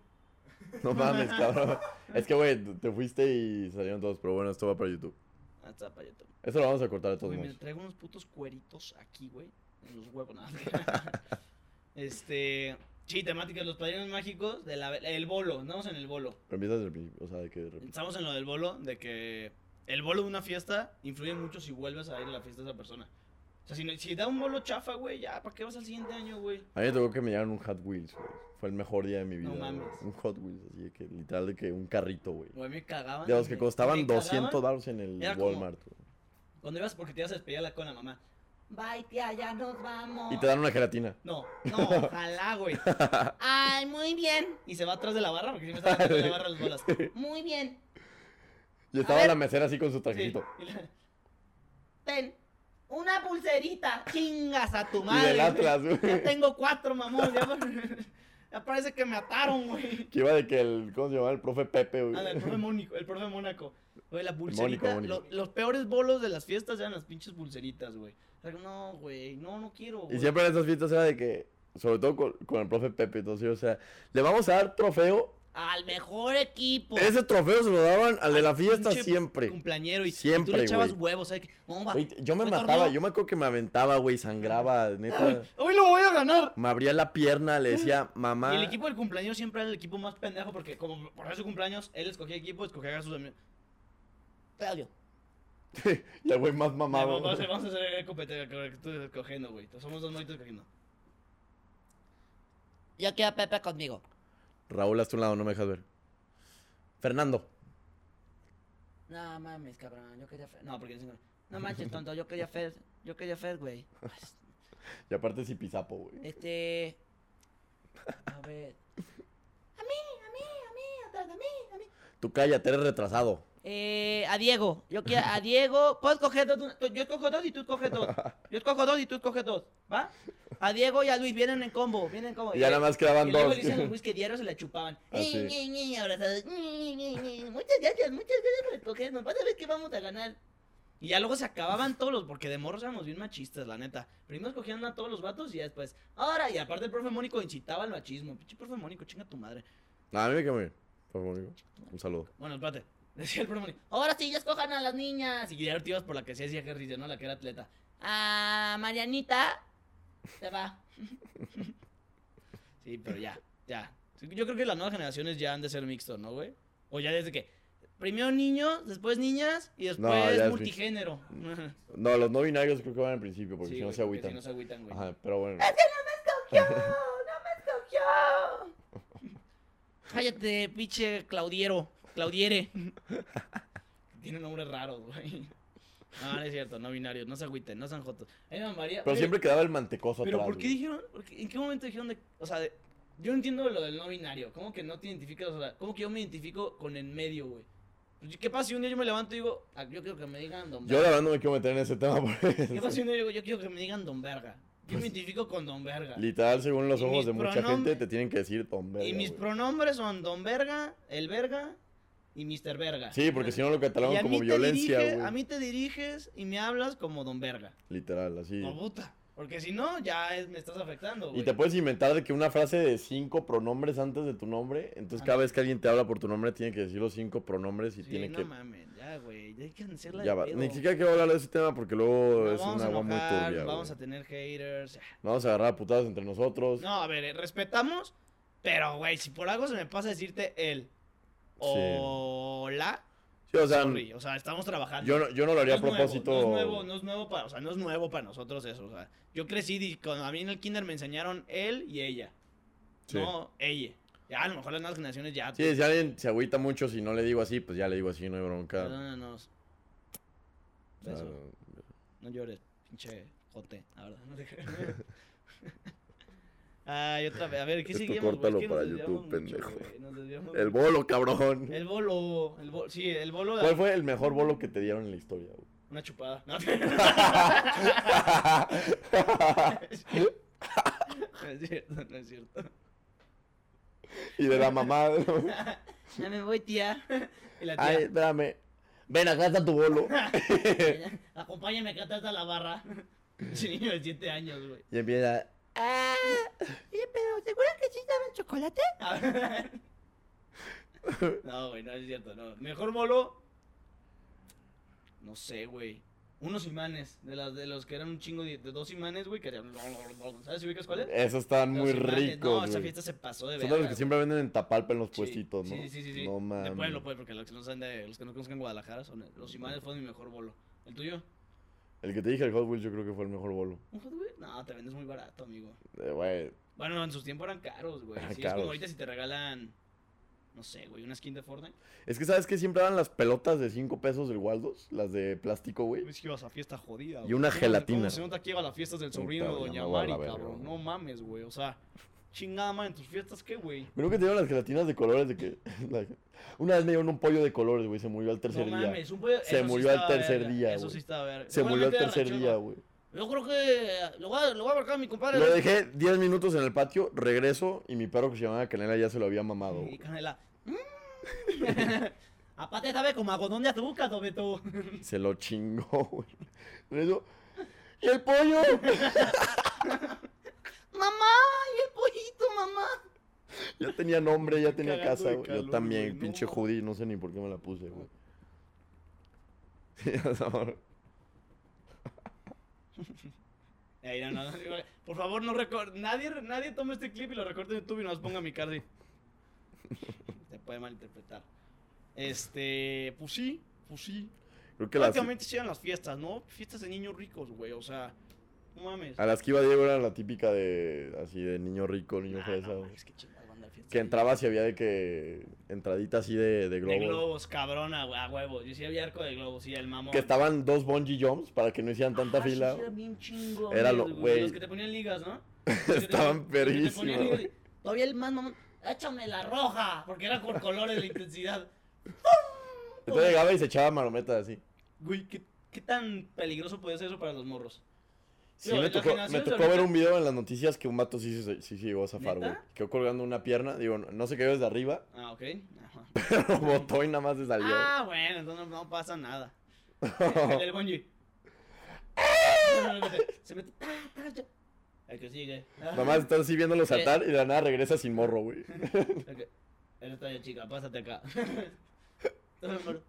S2: <laughs> No mames, cabrón. Es que, güey, te fuiste y salieron todos, pero bueno, esto va para YouTube.
S1: Ah, está pa' allá tú.
S2: Eso lo vamos a cortar de todos
S1: Güey, me
S2: modos.
S1: traigo unos putos cueritos aquí, güey. En los huevos, nada. <laughs> este. Sí, temática de los padrinos mágicos. De la, el bolo, andamos en el bolo.
S2: Pero empieza desde el principio, o sea, de que... de repente-
S1: Estamos en lo del bolo, de que el bolo de una fiesta influye mucho si vuelves a ir a la fiesta de esa persona. O sea, si, no- si da un bolo chafa, güey, ya, ¿para qué vas al siguiente año, güey?
S2: A mí me tocó que me llegaron un Hot Wheels, güey. Fue el mejor día de mi vida,
S1: No
S2: güey.
S1: mames.
S2: Un Hot Wheels, así de que literal de que un carrito, güey.
S1: Güey, me cagaban.
S2: De los que
S1: me-
S2: costaban
S1: me cagaban
S2: 200 baros en el
S1: Era como-
S2: Walmart, güey.
S1: Cuando ibas porque te ibas a despedir a la- con la mamá.
S8: Bye, tía, ya nos vamos.
S2: Y te dan una gelatina.
S1: No, no, ojalá, güey.
S8: Ay, muy bien,
S1: Y se va atrás de la barra porque siempre está atrás de la barra las
S2: <laughs>
S1: bolas.
S8: muy bien.
S2: Y estaba
S8: ver.
S2: la mesera así con su
S1: Sí,
S2: trajecito.
S1: y la-
S8: Ten, una pulserita.
S4: Chingas a tu
S2: Y
S4: madre.
S2: del Atlas, güey. <laughs>
S1: Ya tengo cuatro, mamón. Ya, <laughs> ya parece que me ataron, güey.
S2: Que iba de que el... ¿Cómo se llamaba? El profe Pepe, güey.
S1: Anda, el Ah, profe Mónico, el profe Mónaco. Güey, la pulserita.
S2: Mónico.
S1: lo- los peores bolos de las fiestas eran las pinches pulseritas, güey. O sea, No, güey, no, no quiero.
S2: <laughs> Y
S1: güey.
S2: siempre en esas fiestas era de que, sobre todo con, con el profe Pepe, entonces, o sea, le vamos a dar trofeo.
S4: Al mejor equipo.
S2: Ese trofeo se lo daban al de la fiesta
S1: Pinche
S2: siempre.
S1: Cumpleañero y
S2: Siempre,
S1: tú le echabas
S2: güey.
S1: huevos, ¿sabes? qué? No, va.
S2: Güey, yo me
S1: fue
S2: mataba,
S1: torneo.
S2: yo me acuerdo que me aventaba, güey, sangraba, neta.
S1: Hoy lo voy a ganar.
S2: Me abría la pierna, le decía, mamá.
S1: Y el equipo del cumpleaños siempre era el equipo más pendejo porque como por su cumpleaños, él escogía equipo, escogía a sus amigos.
S4: Claudio.
S2: Y el güey más mamado.
S1: Vamos, vamos, a- vamos a hacer el competencia que tú estás cogiendo, güey. Somos dos monitos cogiendo.
S4: Yo quiero a Pepe conmigo.
S2: Raúl, hasta un lado, no me dejas ver. Fernando.
S4: No mames, cabrón. Yo quería.
S1: No, porque dicen, No manches, tonto, yo quería Fer, yo quería Fer, güey.
S2: Y aparte es Ipizapo, güey.
S1: Este. A ver.
S2: Tú cállate, eres retrasado.
S1: Eh, a Diego. Yo quiero
S2: <laughs>
S1: a Diego. Puedes coger dos. tú- Yo escojo dos y tú coges dos. Yo escojo dos y tú coges dos. ¿Va? A Diego y a Luis vienen en combo. Vienen en combo.
S2: Y ya nada más quedaban
S1: Y luego
S2: dos.
S1: le dicen a
S2: <laughs>
S1: Luis que diario se la chupaban.
S2: Ah, sí.
S1: Ñe, Ñe, Ñe, abrazados. Ñe, Ñe, Ñe. Muchas gracias, muchas gracias por escogernos. Vas a ver que vamos a ganar. Y ya luego se acababan todos los, porque de morros éramos bien machistas, la neta. Primero escogían a todos los vatos y ya después. Ahora, y aparte el profe Mónico incitaba al machismo. Pinche profe Mónico, chinga tu madre.
S2: No, a mí me quedó bien. Fue bonito. Un saludo.
S1: Bueno, espérate. <laughs> Decía el profe Mónico, ahora sí, ya escojan a las niñas. Y ya te ibas por la que sí hacía ejercicio, no la que era atleta. Ah, Marianita, se va. <laughs> sí, pero ya, ya. Sí, Yo creo que las nuevas generaciones ya han de ser mixto, ¿no, güey? O ya desde que primero niños, después niñas y después
S2: ya es
S1: multigénero. Ajá.
S2: No, los no binarios creo que van al principio, porque
S1: Sí,
S2: si no
S1: güey,
S2: se
S1: porque Si
S2: agüitan.
S1: no se agüitan, güey.
S2: Ajá, pero bueno.
S1: Cállate, pinche Claudiero. Claudiere. Tiene nombres raros, güey. No, no es cierto, no binarios, no se agüiten, no sean jotos. Ay, no, María,
S2: Pero
S1: güey,
S2: siempre quedaba el mantecoso
S1: Pero
S2: atrás.
S1: ¿por qué
S2: güey.
S1: dijeron? por qué- ¿En qué momento dijeron de.? O sea, de- yo no entiendo lo del no binario. ¿Cómo que no te identificas? O sea, ¿cómo que yo me identifico con el medio, güey? Pues, ¿Qué pasa si un día yo me levanto y digo, "Ah, yo quiero que me digan don
S2: Yo la
S1: verga?
S2: verdad no me quiero meter en ese tema <laughs> porque
S1: ¿Qué pasa si un día yo digo, yo quiero que me digan don verga? Yo me identifico con don verga.
S2: Pues, literal según los
S1: Y
S2: ojos
S1: mis
S2: de mucha
S1: pronombres-
S2: gente te tienen que decir Tom
S1: y
S2: Verga,
S1: mis
S2: güey.
S1: pronombres son don verga, el verga y Mr. Verga.
S2: Sí, porque si no lo
S1: Y
S2: catalogan
S1: a
S2: como
S1: mí te
S2: violencia,
S1: dirige-
S2: güey.
S1: A mí te diriges y me hablas como don verga.
S2: Literal, así.
S1: No puta. Porque si no, ya es- me estás afectando, güey.
S2: Y te puedes inventar de que una frase de cinco pronombres antes de tu nombre, entonces
S1: Ah,
S2: cada vez que alguien te habla por tu nombre tiene que decir los cinco pronombres y
S1: Sí,
S2: tiene
S1: no
S2: que...
S1: mames, ya, güey. Ya hay que hacerla
S2: Ya
S1: de
S2: va.
S1: pedo.
S2: Ni siquiera quiero hablar de ese tema porque luego
S1: No,
S2: es un
S1: vamos a
S2: agua muy
S1: enojar,
S2: turbia.
S1: Vamos
S2: güey.
S1: a tener haters. ah,
S2: Vamos a agarrar a putadas entre nosotros.
S1: No, a ver, eh, respetamos. Pero, güey, si por algo se me pasa decirte el hola,
S2: Sí, o sea,
S1: sorry, o sea, estamos trabajando.
S2: yo no, yo no lo haría a propósito.
S1: Nuevo, no es nuevo, no es nuevo para, o sea, no es nuevo para nosotros eso. O sea, yo crecí di- cuando a mí en el kinder me enseñaron él y ella.
S2: Sí.
S1: No, ella. Ya, a lo mejor las nuevas generaciones ya. pues,
S2: Sí, si alguien se agüita mucho si no le digo así, pues ya le digo así, no hay bronca.
S1: Perdónanos.
S2: O sea,
S1: Beso.
S2: no-
S1: No llores, pinche jote. La verdad, no te creo. <laughs> Ay, otra vez. A ver, ¿qué
S2: Esto
S1: seguimos? güey? Es
S2: córtalo
S1: que
S2: para
S1: nos desviamos
S2: YouTube,
S1: mucho,
S2: pendejo.
S1: güey, nos desviamos
S2: El
S1: mucho.
S2: bolo,
S1: <laughs>
S2: cabrón.
S1: El bolo. El bolo. Sí, el bolo de
S2: ¿Cuál fue el mejor bolo que te dieron en la
S1: <laughs>
S2: historia? güey?
S1: una chupada.
S2: <laughs>
S1: No, no es cierto, no es cierto.
S2: y de la mamá. ¿no?
S1: Ya me voy, tía. Y la tía.
S2: Ay, espérame. Ven, acá está tu bolo.
S1: Acompáñame acá atrás a la <laughs> barra. Ese niño de 7 años, güey.
S2: y empieza.
S1: Ah, pero ¿seguro que sí daban chocolate? no, güey, no es cierto, no. Mejor bolo. No sé, güey. Unos imanes, de, las, de los que eran un chingo de, de dos imanes, güey, que eran... ¿Sabes si ubicas cuáles?
S2: Esos están
S1: Los
S2: muy
S1: imanes, No,
S2: ricos.
S1: esa
S2: güey.
S1: fiesta se pasó de
S2: Son de los
S1: verga,
S2: que siempre venden en tapalpa en los
S1: Sí,
S2: puestitos, ¿no?
S1: Sí, sí, sí, sí.
S2: No
S1: De
S2: mames.
S1: pueblo, pues, porque los que no saben de, los que no conocen Guadalajara son los imanes fueron mi mejor bolo. ¿El tuyo?
S2: El que te dije, el Hot Wheels, yo creo que fue el mejor bolo.
S1: ¿Un Hot Wheels? No, te vendes muy barato, amigo.
S2: Eh, güey,
S1: Bueno, en sus tiempos eran caros, güey.
S2: Eran
S1: Sí, es como
S2: caros.
S1: ahorita si te regalan, no sé, güey, una skin de Fortnite.
S2: Es que sabes que siempre dan las pelotas de 5 pesos del Waldos, las de plástico, güey.
S1: Es que ibas a fiesta jodida.
S2: Y
S1: güey.
S2: una
S1: ¿Cómo-
S2: gelatina.
S1: cómo se nota que iba a las fiestas del
S2: Puta,
S1: sobrino de
S2: güey,
S1: Doña
S2: ya me voy a
S1: Mari,
S2: la verga,
S1: cabrón.
S2: güey.
S1: No mames, güey. O sea, chingada madre, en tus fiestas, ¿qué, güey?
S2: Creo que te dieron las gelatinas de colores de que. <laughs> la- Una vez me dieron un pollo de colores, güey. Se murió al
S1: No
S2: tercer día.
S1: mames, un pollo- eso
S2: Se
S1: sí
S2: murió al
S1: estaba
S2: tercer
S1: verga,
S2: día,
S1: Eso
S2: güey.
S1: sí estaba verga.
S2: Se murió al
S1: Seguramente
S2: tercer
S1: era
S2: día,
S1: ranchero.
S2: güey.
S1: Yo creo que eh, lo voy a, lo voy a marcar a mi compadre.
S2: Lo dejé 10 minutos en el patio, regreso y mi perro que se llamaba Canela ya se lo había mamado.
S1: Y
S2: güey.
S1: Canela. Mm. <laughs> Aparte, ¿sabes como algodón de azúcar, Tobeto?
S2: Se lo chingó, <laughs> güey. Regreso, ¡Y
S1: <laughs>
S2: el pollo!
S1: ¡Mamá! ¡Y el pollito, mamá!
S2: Ya tenía nombre, ya tenía
S1: Cagando
S2: casa,
S1: de
S2: güey. Yo
S1: calor,
S2: también,
S1: güey, no
S2: pinche
S1: mames.
S2: judí, no sé ni por qué me la
S1: <laughs>
S2: puse, güey. <laughs> Ya sabes.
S1: Ey, no, no, no, güey. Por favor, no recor- Nadie, nadie tome este clip y lo recorte en YouTube y no nos ponga mi cara
S2: <laughs>
S1: así. Se puede malinterpretar. Este. Pues sí, pues sí.
S2: Creo que las,
S1: Prácticamente sí eran las fiestas, ¿no? Fiestas de niños ricos, güey. O sea, no mames.
S2: Ah, a las que iba Diego era la típica de. Así de niño rico, niño
S1: Ah,
S2: fresa,
S1: no,
S2: güey.
S1: mames, qué chingada banda de fiesta.
S2: Que entraba si había de que. Entradita así de, de
S1: De
S2: globos.
S1: globos, cabrón, a, a huevo. Yo sí había arco de globos, sí, el mamón.
S2: Que estaban dos bungee jumps para que no hicieran tanta
S1: Ah, sí,
S2: fila.
S1: sí, Era bien chingo.
S2: Era lo- güey.
S1: Los que te ponían ligas,
S2: <laughs>
S1: ¿no? Los que te-
S2: Estaban
S1: los que te ponían
S2: perrísimos,
S1: ligas y-
S2: güey.
S1: Todavía el más mamón. Échame la roja. Porque era por colores la intensidad.
S2: Entonces llegaba y se echaba marometa así.
S1: Güey, ¿qué, qué tan peligroso podía ser eso para los morros?
S2: Sí,
S1: Digo,
S2: me
S1: las
S2: tocó, me
S1: generaciones
S2: tocó
S1: ahorita-
S2: ver un video en las noticias que un vato sí, se- sí, se llegó a zafar,
S1: ¿Neta?
S2: güey. Quedó colgando una pierna, digo, no, no se cayó desde arriba, <laughs>
S1: Ah, ok. Ajá.
S2: pero botó y nada más se salió.
S1: Ah, bueno, entonces no pasa nada. El del
S2: <laughs>
S1: bungee. No, no, no, Se mete. ta, ta, ya. El que sigue. Ah,
S2: <laughs> Nada más estás así viéndolo saltar y de la nada regresa sin morro, güey.
S1: el que- Él está bien, chica, pásate acá. <laughs> Entonces, bueno,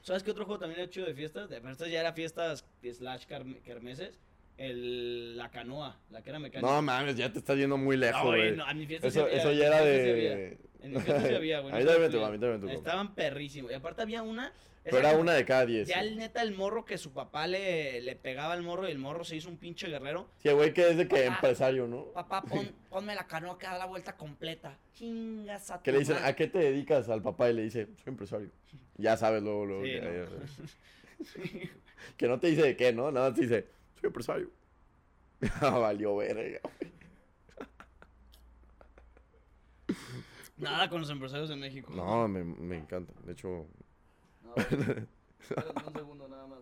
S1: ¿Sabes qué otro juego también era chido de fiestas? De pero estas ya era fiestas slash carme- kermeses. El, la canoa, la que era mecánica.
S2: No mames, ya te estás yendo muy lejos,
S1: No,
S2: güey.
S1: güey, no, a mi fiesta sí
S2: eso,
S1: había,
S2: eso
S1: a mi
S2: ya era
S1: fiesta sí había.
S2: de...
S1: En mi fiesta sí
S2: <laughs>
S1: había, güey.
S2: A
S1: no
S2: mí
S1: sabes
S2: también me
S1: tú,
S2: tocó, a mí también me tocó.
S1: Estaban perrísimos. Y aparte había una.
S2: Pero
S1: esa
S2: era
S1: que-
S2: una de cada diez.
S1: Ya
S2: Sí,
S1: el neta, el morro que su papá le, le pegaba al morro y el morro se hizo un pinche
S2: <laughs>
S1: guerrero. Ah,
S2: Sí, güey, que es de que
S8: Papá.
S2: empresario, ¿no?
S8: Papá, pon-
S1: <laughs>
S8: ponme la canoa que da la vuelta completa. Chingas
S2: <laughs>
S8: a
S2: Que
S8: tu
S2: le dicen,
S8: madre.
S2: ¿a qué te dedicas al papá? Y le dice, soy empresario. Ya sabes luego, luego.
S1: Sí,
S2: que,
S1: <laughs> no.
S2: eh, que no te dice de qué, ¿no? Nada más te dice, soy empresario. <laughs> Ah, Valió verga.
S1: Nada con los empresarios de México.
S2: No, me, me encanta. De hecho,
S4: No,
S2: <laughs>
S4: güey. Espérate un segundo nada más.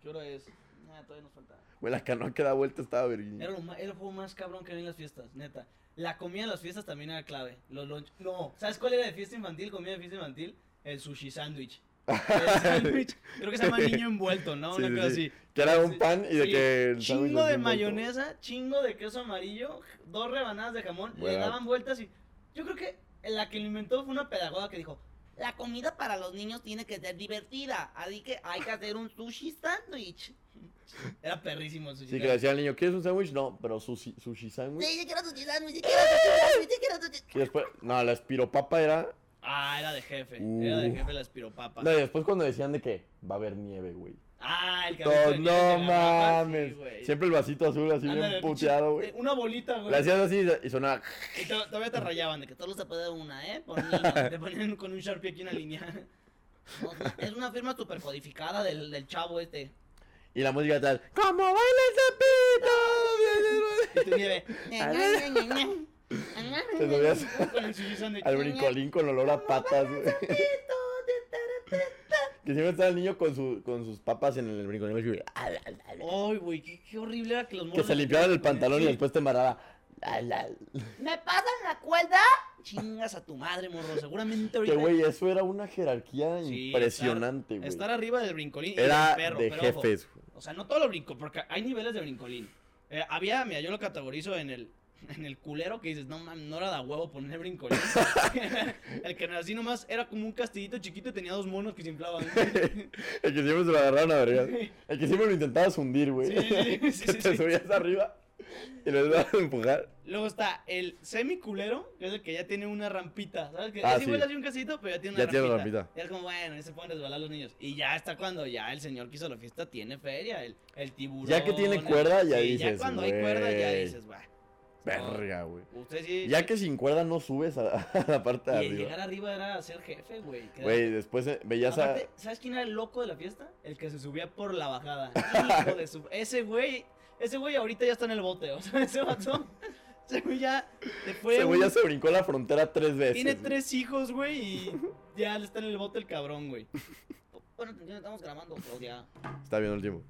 S4: ¿Qué hora es?
S1: Ah,
S4: Nah, todavía nos falta.
S2: güey, la canoa que da vuelta estaba verguísima.
S1: Era, lo ma- era el juego más cabrón que había en las fiestas, neta. La comida en las fiestas también era clave. Los lunch- No, ¿sabes cuál era de fiesta infantil? Comida de fiesta infantil. El sushi
S2: <laughs>
S1: sándwich. El sándwich. Creo que se llama niño envuelto, ¿no?
S2: Sí,
S1: Una
S2: sí,
S1: cosa
S2: sí.
S1: así.
S2: Que era
S1: Sí,
S2: un pan y de
S1: sí.
S2: que... el sándwich
S1: Chingo
S2: así
S1: de
S2: envuelto.
S1: mayonesa, chingo de queso amarillo, dos rebanadas de jamón, le
S2: Buena.
S1: daban vueltas y. Yo creo que la que lo inventó fue una pedagoga que dijo:
S8: La comida para los niños tiene que ser divertida, así que hay que hacer un sushi sándwich.
S1: <laughs> Era perrísimo el sushi.
S2: Sí, que le decía al niño, ¿quieres un sándwich? No, pero sushi, sushi sándwich.
S8: Sí, yo quiero sushi sándwich, sí quiero sushi sándwich, sí quiero sushi
S2: Y después, no, la espiropapa era...
S1: Ah, era de jefe. Era de
S2: Uh.
S1: jefe la espiropapa.
S2: No, y después cuando decían de que va a haber nieve, güey.
S1: Ah, el
S2: No,
S1: cabrito
S2: no mames. Siempre el vasito azul así bien puteado, güey.
S1: Una bolita, güey.
S2: Le hacías así y sonaba.
S1: Y to- todavía te rayaban de que todos se puede una, ¿eh? Por niño. te ponían con un Sharpie aquí una línea.
S8: Es una firma super codificada del, del chavo este.
S2: Y la música tal. ¡Como baila
S1: <laughs>
S2: el
S1: Y "Eh, tu nieve.
S2: sapito! Te subías
S1: Con el sushi sándwich.
S2: <laughs> al brincolín con olor a patas, güey. Que siempre estaba el niño con, su, con sus papas en el brincolín. así,
S1: Ay, güey, qué, qué horrible era que los
S2: Que
S1: morros-
S2: se limpiaban el pantalón y
S1: Sí.
S2: después te embarraba. La, la.
S8: ¿Me pasan la cuerda?
S1: Chingas a tu madre, morro. Seguramente ahorita.
S2: Que güey, eso era una jerarquía
S1: Sí,
S2: impresionante,
S1: estar-
S2: güey.
S1: Estar arriba del brincolín. y
S2: Era
S1: del perro,
S2: de
S1: pero ojo,
S2: jefes, güey.
S1: O sea, no todos los brincos, porque hay niveles de brincolín. Eh, había, mira, yo lo categorizo en el, en el culero que dices, no mames, no era da huevo poner brincolín. <laughs> el que así nomás era como un castillito chiquito y tenía dos monos que se inflaban.
S2: El que siempre se lo agarraron a verga. El que siempre lo intentabas hundir, güey.
S1: Sí, sí, sí, sí,
S2: <laughs> Que te
S1: sí.
S2: subías arriba y lo ibas a empujar.
S1: Luego está el semiculero, que es el que ya tiene una rampita. ¿Sabes? Que
S2: Ah,
S1: es igual
S2: sí.
S1: así un casito, pero ya tiene una
S2: Ya tiene
S1: rampita.
S2: la
S1: Ya es como, bueno, ahí se pueden resbalar los niños. Y ya está cuando ya el señor que hizo la fiesta tiene feria. El, el tiburón.
S2: Ya que tiene
S1: el-
S2: cuerda, ya
S1: sí, Ya
S2: dices,
S1: cuando hay cuerda, ya
S2: "Güey".
S1: dices, va.
S2: Verga, güey.
S1: Usted sí.
S2: Ya que sin cuerda no subes a, a la <laughs> parte de
S1: Y el llegar
S2: arriba.
S1: arriba era ser jefe, güey. que era-
S2: Güey, después eh, veías a.
S1: Aparte, ¿sabes quién era el loco de la fiesta? El que se subía por la
S2: <laughs>
S1: bajada. Hijo de su- Ese güey, ese güey ahorita ya está en el bote, o sea, <laughs> ese vato, ese güey ya le fue
S2: Ese güey ya
S1: un-
S2: se brincó la frontera tres veces.
S1: tiene
S2: güey.
S1: tres hijos, güey, y ya está en el bote el cabrón, güey.
S8: <laughs> Bueno, ya estamos grabando, pues ya.
S2: Está viendo el tiempo.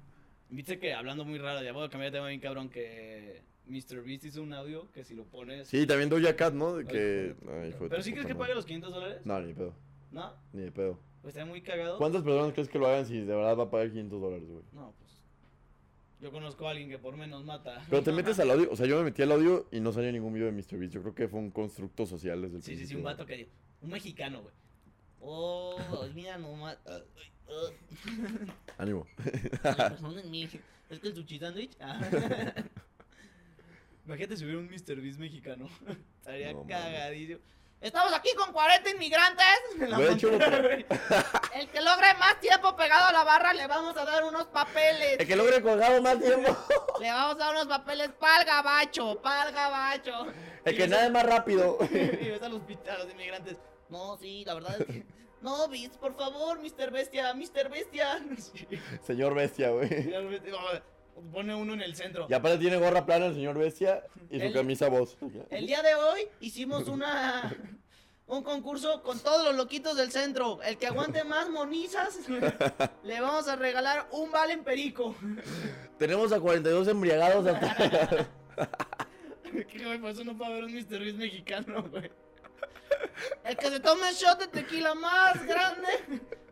S1: Viste que hablando muy raro, ya voy a cambiar de tema bien cabrón, que Mr. Beast hizo un audio que si lo pones...
S2: Sí, también Doja Cat, ¿no? De
S1: Pues Ay,
S2: que.
S1: hijo de
S2: Ay, hijo de
S1: Pero
S2: tu
S1: sí crees
S2: puta
S1: que
S2: madre.
S1: pague los 500 dólares,
S2: No, ni de pedo.
S1: ¿no?
S2: Ni de pedo.
S1: Pues está muy cagado.
S2: ¿Cuántas personas crees que lo hagan si de verdad va a pagar 500 dólares, güey?
S1: No, pues... Yo conozco a alguien que por menos mata.
S2: Pero
S1: <laughs>
S2: te metes al audio, o sea, yo me metí al audio y no salió ningún video de MrBeast. Yo creo que fue un constructo social desde el
S1: Sí, sí, sí,
S2: principio.
S1: un
S2: güey.
S1: vato que dijo, un mexicano, güey.
S8: Oh,
S2: <laughs>
S8: mira nomás. ah, ah,
S2: Ánimo. Ah.
S8: la persona en mí.
S1: ¿Es que el sushi sándwich?
S2: <laughs>
S1: Ah. <laughs> Imagínate subir un Mr. Beast mexicano. <laughs> Estaría
S2: No, mames.
S1: cagadísimo.
S8: Estamos aquí con 40 inmigrantes.
S1: <laughs> En la
S2: Güey, de hecho, lo
S1: frontera,
S2: que-
S1: güey.
S8: El que logre más tiempo pegado a la barra le vamos a dar unos
S2: El
S8: papeles.
S2: que <laughs> logre colgado más tiempo.
S8: Le vamos a dar unos papeles pa'l gabacho, pa'l gabacho.
S2: El que nada es más rápido.
S8: <laughs>
S1: Y ves a los, pi- a los inmigrantes.
S8: No, sí, la verdad es que. No, Vince, por favor, Mr. Bestia, Mr. Bestia. <laughs>
S1: Sí,
S2: <laughs> Señor Bestia,
S1: y
S2: güey.
S1: de repente, oh, Pone uno en el centro.
S2: Y aparte tiene gorra plana el señor Bestia y su
S8: El-
S2: camisa voz.
S8: El día de hoy hicimos una. Un concurso con todos los loquitos del centro. El que aguante más monizas, <laughs> le vamos a regalar un vale en perico.
S2: Tenemos a 42 embriagados
S1: <laughs>
S2: hasta... <laughs>
S1: ¿Qué, güey? Por eso no puede haber un Mr. Beast mexicano, güey.
S8: El que se tome el shot de tequila más grande,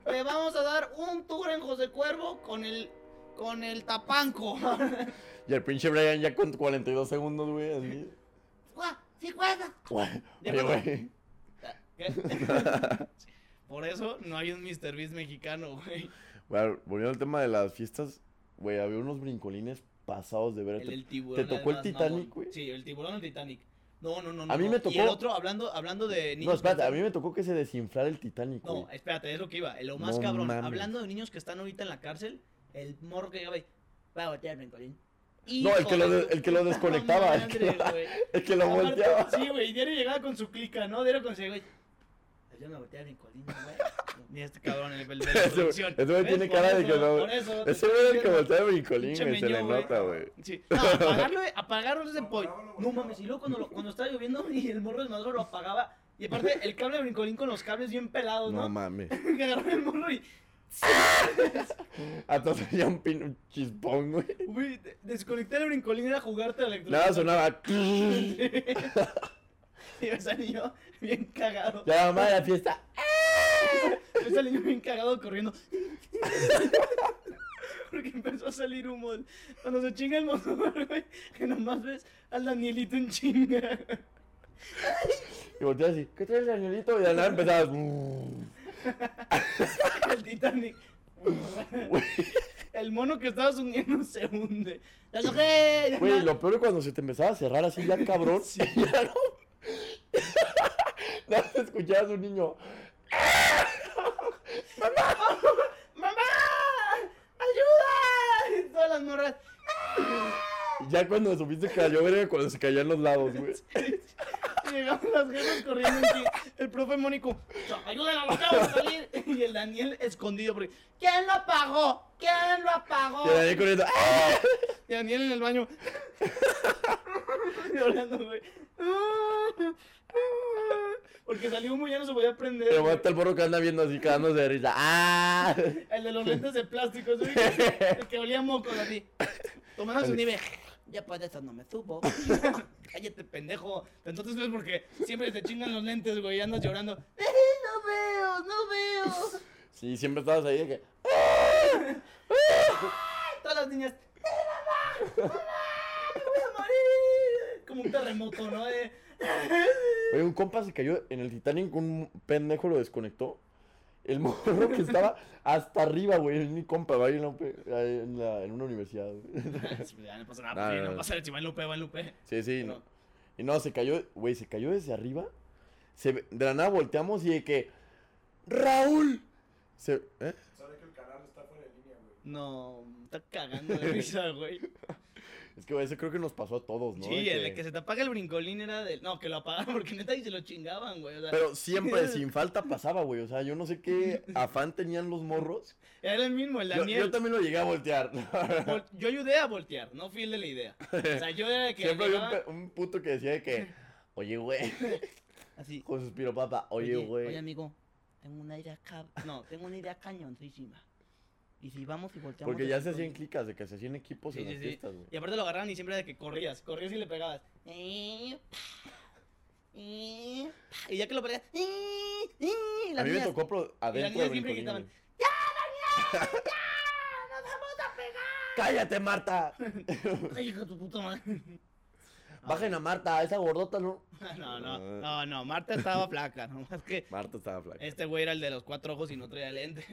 S8: le vamos a dar un tour en José Cuervo con el con el tapanco.
S2: Y el pinche Brian ya con 42 segundos, güey. Así.
S8: Guau, sí, guarda.
S2: Güey,
S1: Ya
S2: <laughs> Oye,
S1: cuando-
S2: güey.
S1: ¿Qué? <laughs> Por eso no hay un Mr. Beast mexicano, güey.
S2: Güey, Volviendo al tema de las fiestas, güey, había unos brincolines pasados de ver.
S1: El, del tiburón.
S2: tocó el
S1: además, mamón.
S2: Titanic, güey?
S1: Sí, el tiburón el Titanic. No, no, no.
S2: A
S1: no,
S2: mí
S1: no. Y
S2: me
S1: el
S2: tocó-
S1: otro, hablando, hablando de niños.
S2: No, espérate,
S1: que
S2: a mí me tocó que se desinflara el Titanic, güey.
S1: No, eh, espérate, es lo que iba. Lo más
S2: No
S1: cabrón.
S2: mames.
S1: Hablando de niños que están ahorita en la cárcel, el morro que llegaba y. Va a voltear, Brincolín.
S2: No, el que lo, de- el que lo desconectaba, el que, el que <laughs> lo
S1: Aparte, <laughs>
S2: volteaba.
S1: Sí, güey, diario llegaba con su clica, ¿no? Diario con su güey. "Pues Yo me volteé a Brincolín, güey. <laughs> Mira este cabrón, el, el de la
S2: Ese-
S1: producción.
S2: ese güey
S1: ¿Ves?
S2: tiene
S1: Por
S2: cara de
S1: eso,
S2: que no-
S1: por eso,
S2: Ese güey era el que
S1: pinche
S2: volteaba el brincolín, güey, se
S1: meño,
S2: le nota, güey.
S1: Sí. No,
S2: <laughs>
S1: apagarlo, apagarlo es de pollo.
S5: Apagarlo,
S1: No
S5: güey.
S1: mames, y luego cuando, lo- cuando estaba lloviendo y el morro de maduro lo apagaba. Y aparte, el cable de brincolín con los cables bien pelados,
S2: No
S1: ¿no? <laughs>
S2: mames.
S1: que agarró el morro y.
S2: Hasta <laughs> tenía un, pin, un chispón, güey.
S1: Uy, de- desconectar el brincolín era jugarte a la electricidad.
S2: Nada sonaba. <laughs>
S1: Sí.
S2: Ya
S1: <laughs> y ves al niño bien cagado.
S2: la mamá de la fiesta.
S1: Ves al niño bien cagado corriendo. <laughs> Porque empezó a salir humo. Cuando se chinga el motor, güey, que nomás ves al Danielito en chinga. <laughs>
S2: Y volteaba así, ¿qué traes, Danielito? Y de la nada empezabas.
S1: El Titanic. El mono que estabas hundiendo se hunde. ¡La logré!
S2: Güey, lo peor es cuando se te empezaba a cerrar así ya cabrón. <laughs> Ya no. <laughs> Nada más escuchabas un niño.
S1: ¡Mamá! ¡Ayuda! Y todas las morras.
S2: Ya cuando supiste que cayó, era cuando se caían los lados, güey.
S1: Y <laughs> Llegaban las jefas corriendo en chinga. El profe Mónico. ¡Ayúdenla, lo acabo de salir! <laughs> Y el Daniel escondido porque. ¿Quién lo apagó? ¿Quién lo apagó?
S2: Y el Daniel corriendo. ¡ah!
S1: Y Daniel en el baño. <laughs> Llorando, güey. <laughs> Porque salió humo y ya no se podía prender.
S2: Pero
S1: güey.
S2: hasta el borro que anda viendo así, cagándose de risa. ¡Ah! <laughs>
S1: El de los lentes de plástico, ese güey que- el que olía moco así. Tomando su nivel.
S8: Ya pues de eso no me
S2: <laughs>
S8: supo.
S1: Cállate, pendejo. Entonces ves porque siempre te chingan los lentes, güey, y andas
S2: <laughs>
S1: llorando. ¡Eh,
S8: No veo, no veo.
S2: Sí, siempre estabas ahí de que.
S1: Todas las niñas. ¡Eh, ¡Mamá! ¡Mamá! ¡Voy a morir! Como un terremoto, ¿no? Eh.
S2: <laughs>
S1: De-
S2: Oye, un compa se cayó en el Titanic, un pendejo lo desconectó. El <laughs> morro que estaba hasta arriba, güey. Es mi compa, va ahí en, la UP, ahí en, la- en una universidad. güey.
S1: Ya no pasa nada,
S2: No,
S1: pues, sí,
S2: no,
S1: no,
S2: no.
S1: pasa nada. Si va en Lupe, va en Lupe.
S2: Sí, sí.
S1: No.
S2: No. Y no, se cayó, güey, se cayó desde arriba. Se, ve- de la nada volteamos y de que. ¡Raúl! Se, ¿eh?
S5: Sabe que el canal está fuera de línea, güey.
S1: No, me está cagando de risa, güey.
S2: Es que, güey, eso creo que nos pasó a todos, <laughs> ¿no?
S1: sí,
S2: De
S1: el de
S2: que-
S1: que se te apaga el brincolín era del. No, que lo apagaron porque neta y se lo chingaban, güey. O sea,
S2: Pero
S1: <laughs>
S2: siempre, sin falta, pasaba, güey. O sea, yo no sé qué afán tenían los morros.
S1: era el mismo, el
S2: Yo,
S1: Daniel.
S2: yo también lo llegué
S1: <laughs>
S2: a voltear.
S1: Vol- yo ayudé a voltear, no fui el de la idea. O sea, yo era el que.
S2: Siempre había un,
S1: llegaba-
S2: pe- un puto que decía de que, oye, güey,
S8: Así.
S2: con suspiro, papá, oye,
S8: Oye,
S2: güey.
S8: amigo, tengo una idea cab- No, tengo una idea cañoncísima. Y si vamos y volteamos.
S2: Porque
S8: el
S2: ya se
S8: botón-
S2: hacían clicas de que se hacían equipos
S1: Sí,
S2: en
S1: sí,
S2: las
S1: sí.
S2: fiestas, güey.
S1: Y aparte lo agarraban y siempre era de que corrías, corrías y le pegabas.
S8: Eh, eh,
S1: Y ya que lo perdías,
S8: eh, eh, y
S2: A
S8: las
S2: mí me
S8: niñas,
S2: tocó pro- adentro
S1: niñas
S2: del
S1: siempre
S2: brincolín,
S1: gritaban,
S2: güey.
S1: <laughs>
S2: ¡Cállate, Marta!
S1: ¡Ay, hijo de tu puta madre!
S2: Bajen Ah. a Marta, esa gordota no.
S1: <laughs> No, no, no, no, Marta estaba flaca, nomás que
S2: Marta estaba flaca.
S1: este güey era el de los cuatro ojos y no traía lente.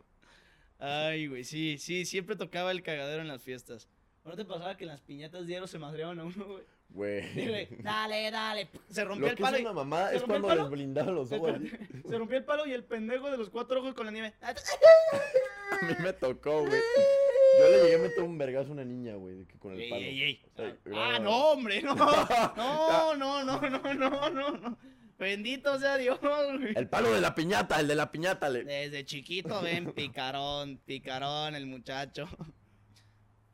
S1: <laughs> Ay, güey, sí, sí, siempre tocaba el cagadero en las fiestas. ¿No te pasaba que en las piñatas diario se madreaban a uno,
S2: <laughs>
S1: güey? Sí, güey,
S2: Güey.
S1: Dale, dale. Se rompió
S2: Lo
S1: el
S2: que es
S1: palo y...
S2: una mamá
S1: ¿Se
S2: es
S1: rompió el
S2: cuando les
S1: palo?
S2: blindaban los ojos. así. <laughs>
S1: Espérate, Se rompió el palo y el pendejo de los cuatro ojos con la nieve.
S2: A mí me tocó, güey. Yo le llegué a meter un vergazo a una niña, güey, de que con
S1: <laughs>
S2: el
S4: Ey,
S2: palo.
S4: ey, ey.
S2: O sea,
S4: Ah,
S2: grababa.
S4: no, hombre,
S2: <laughs>
S4: no.
S8: No, no, no, no, no, no, no. Bendito sea Dios, güey.
S2: El palo de la piñata, el de la piñata. Le...
S8: Desde chiquito
S2: <laughs>
S8: ven, picarón, picarón el muchacho.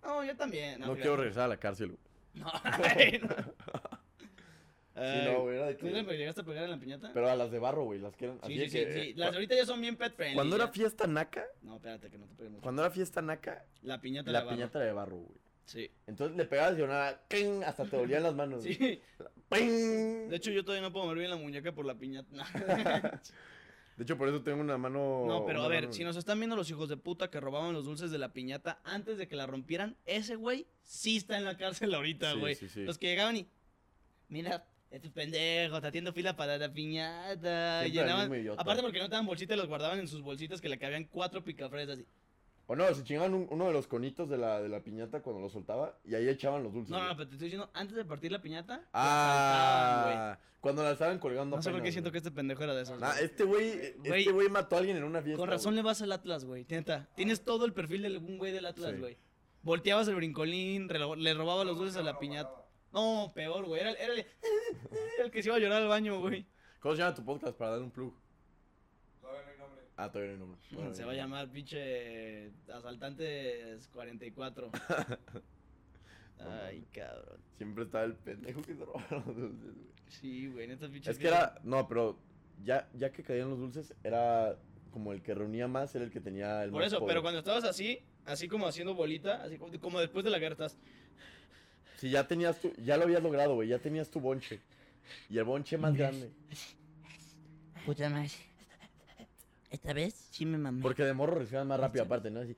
S8: No, yo también.
S2: No,
S8: No,
S2: quiero regresar a la cárcel, güey.
S8: fíjate.
S2: <laughs>
S8: No,
S2: Sí, no, güey, era de
S1: ¿Tú le
S2: que...
S1: llegaste a pegar en la piñata?
S2: Pero a las de barro, güey, las que eran...
S1: sí,
S2: así de
S1: sí, sí,
S2: que,
S1: sí.
S2: eh,
S1: Las de ahorita ya son bien pet friendly.
S2: Cuando era
S1: ya.
S2: fiesta naca,
S1: No, espérate, que no te peguemos.
S2: cuando era fiesta naca,
S1: La piñata
S2: la
S1: de barro.
S2: piñata era de barro, güey. <laughs>
S1: Sí.
S2: Entonces le pegabas y sonaba, ¡cling! hasta te dolían las manos. güey.
S1: Sí.
S2: ¡Ping!
S1: De
S2: De
S1: hecho, yo todavía no puedo mover bien la muñeca por la piñata. <laughs> No,
S2: hecho, por eso tengo una mano...
S1: No, pero
S2: una
S1: a ver,
S2: mano-
S1: si nos están viendo los hijos de puta que robaban los dulces de la piñata antes de que la rompieran, ese güey sí está en la cárcel ahorita,
S2: Sí,
S1: güey.
S2: sí, sí.
S1: Los que llegaban y este
S8: Mira, estos pendejos, está haciendo fila para la piñata.
S1: Ay,
S2: Siempre al
S1: llenaban-
S2: mismo idiota.
S1: Aparte porque no te daban bolsitas, los guardaban en sus bolsitas que le cabían cuatro picafresas. y-
S2: O no, se chingaban un- uno de los conitos de la, de la piñata cuando lo soltaba y ahí echaban los dulces.
S1: No, no,
S2: güey.
S1: no, pero te estoy diciendo, antes de partir la piñata, la saltaban, güey.
S2: Ah, cuando la estaban colgando.
S1: No sé por qué
S2: apenas,
S1: siento que
S2: güey.
S1: este pendejo era de esos.
S2: Nah,
S1: güey.
S2: este güey,
S1: Güey.
S2: este güey mató a alguien en una fiesta.
S1: Con razón
S2: güey.
S1: le vas al Atlas, güey. Neta, tienes todo el perfil de algún güey del Atlas,
S2: Sí.
S1: güey. Volteabas el brincolín, relo- le robaba los dulces a la piñata. No, peor, güey. Era, el- era el, <laughs> el que se iba a llorar al baño, güey.
S2: ¿Cómo se llama tu podcast para darle un plug?
S5: Todavía no hay nombre.
S2: Ah, todavía no hay nombre. Bueno,
S1: Se
S2: ya.
S1: va a llamar pinche Asaltantes
S2: <laughs>
S1: 44. Ay, cabrón.
S2: Siempre estaba el pendejo que se robaba los dulces, güey.
S1: Sí, güey, neta pinches.
S2: Es que era. No, pero ya, ya que caían los dulces, era como el que reunía más, era el que tenía el
S1: Por
S2: más
S1: eso,
S2: poder.
S1: pero cuando estabas así, así como haciendo bolita, así como, como después de la guerra estás.
S2: Si ya tenías tu. Ya lo habías logrado, güey. Ya tenías tu bonche. Y el bonche más grande.
S8: Puta madre. Esta vez sí me mamé.
S2: Porque de morro recibían más rápido, aparte, ¿no? Así.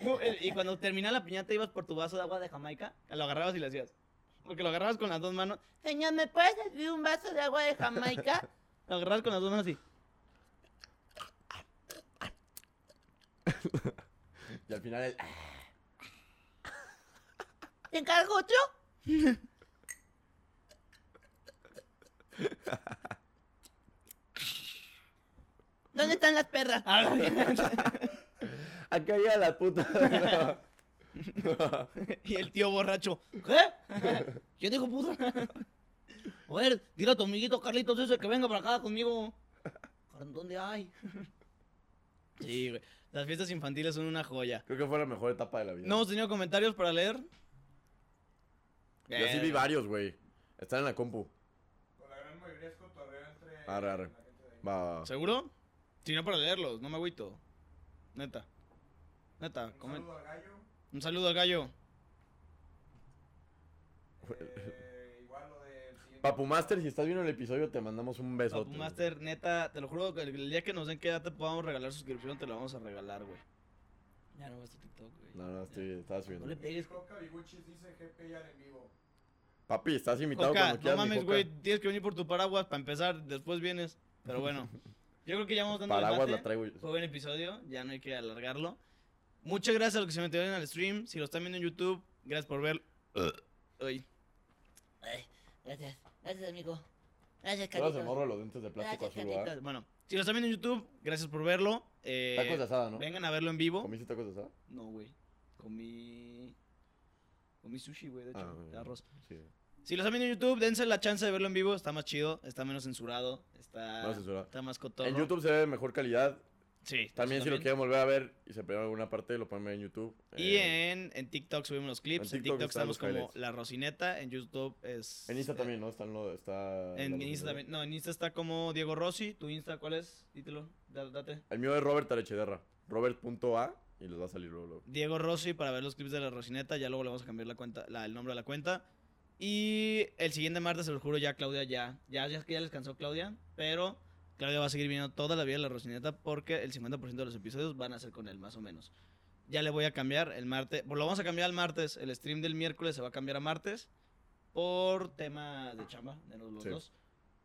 S1: No, el- eh, y cuando terminaba la piñata ibas por tu vaso de agua de Jamaica, lo agarrabas y le hacías. Porque lo agarrabas con las dos manos,
S8: Señor, ¿me puedes servir un vaso de agua de Jamaica?
S1: lo agarrabas con las dos manos así.
S2: Y al final "Ah, el.
S8: ¿Te encargo otro? ¿Dónde están las perras?
S2: Ah, Acá llega la puta. <laughs>
S1: <laughs> Y el tío borracho, ¿qué? <laughs> ¿Quién dijo puta? A ver, dile a tu amiguito Carlitos ese que venga para acá conmigo.
S8: ¿Por ¿Dónde hay?
S1: <laughs> Sí, güey. Las fiestas infantiles son una joya.
S2: Creo que fue la mejor etapa de la vida.
S1: ¿No hemos tenido comentarios para leer? eh.
S2: Yo sí vi varios, güey. Están en la compu.
S5: Con la gran mayoría es cotorreo entre
S2: Arre, arre.
S5: la gente de ahí.
S2: Va, va, va.
S1: ¿Seguro? Si no, para leerlos, no me agüito. Neta. Neta,
S5: Un
S1: comen-
S5: saludo a Gallo.
S1: Un saludo al gallo.
S5: eh, igual lo del siguiente.
S2: Papu Master, si estás viendo el episodio, te mandamos un beso.
S1: Papu Master, neta, te lo juro que el día que nos den que ya te podamos regalar suscripción, te la vamos a regalar, güey. Ya no ves tu TikTok, güey.
S2: No, no, estoy, estaba
S1: No le
S2: subiendo.
S1: pegues.
S5: Coca Biguchis dice GP ya en vivo.
S2: Papi, estás invitado
S1: Coca,
S2: cuando
S1: no
S2: quieras. mi
S1: mames,
S2: Coca.
S1: güey. Tienes que venir por tu paraguas para empezar, después vienes. Pero
S2: <laughs>
S1: bueno, yo creo que ya vamos dando
S2: Paraguas la
S1: debate.
S2: traigo yo.
S1: Fue buen episodio, ya no hay que alargarlo. Muchas gracias a los que se metieron al stream. Si lo están viendo en YouTube, gracias por ver.
S2: Uh.
S1: Ay.
S8: Ay, gracias, gracias, amigo. Gracias,
S2: Todas
S8: Carlitos.
S2: de morro los dientes de plástico
S8: Gracias,
S2: azul, ¿verdad?
S8: Carlitos.
S1: Bueno, si lo están viendo en YouTube, gracias por verlo. Eh,
S2: Tacos de asada, ¿no?
S1: Vengan a verlo en vivo.
S2: ¿Comiste tacos de asada?
S1: No, güey. Comí. Comí sushi, güey, de hecho, de
S2: Ah, bueno.
S1: arroz.
S2: Sí.
S1: Si lo están viendo en YouTube, dense la chance de verlo en vivo. Está más chido, está menos censurado, está,
S2: Menos censurado.
S1: está más cotorro.
S2: En YouTube se ve de mejor calidad.
S1: Sí. eso
S2: También, si lo quieren volver a ver y se perdieron alguna parte, lo pueden ver en YouTube.
S1: Y
S2: Eh,
S1: en, en TikTok subimos los clips.
S2: en
S1: En TikTok,
S2: TikTok
S1: estamos
S2: están los
S1: como
S2: highlights.
S1: La Rocineta. En YouTube es.
S2: en Insta
S1: eh,
S2: también, ¿no? Están lo, está
S1: En
S2: la-
S1: Insta también. No, en Insta está como Diego Rossi. ¿Tu Insta cuál es? Dítelo. da- Date.
S2: El mío es Robert Arechederra. Robert.a y les va a salir luego. luego.
S1: Diego Rossi para ver los clips de la Rocineta. Ya luego le vamos a cambiar la cuenta, la- el nombre de la cuenta. Y el siguiente martes, se lo juro, ya Claudia ya. Ya, ya es que ya les cansó Claudia. Pero Claudia va a seguir viendo toda la vida la Rocineta porque el 50% de los episodios van a ser con él, más o menos. Ya le voy a cambiar el martes. Pues lo vamos a cambiar al martes. El stream del miércoles se va a cambiar a martes. Por temas de chamba de los los
S2: Sí.
S1: dos.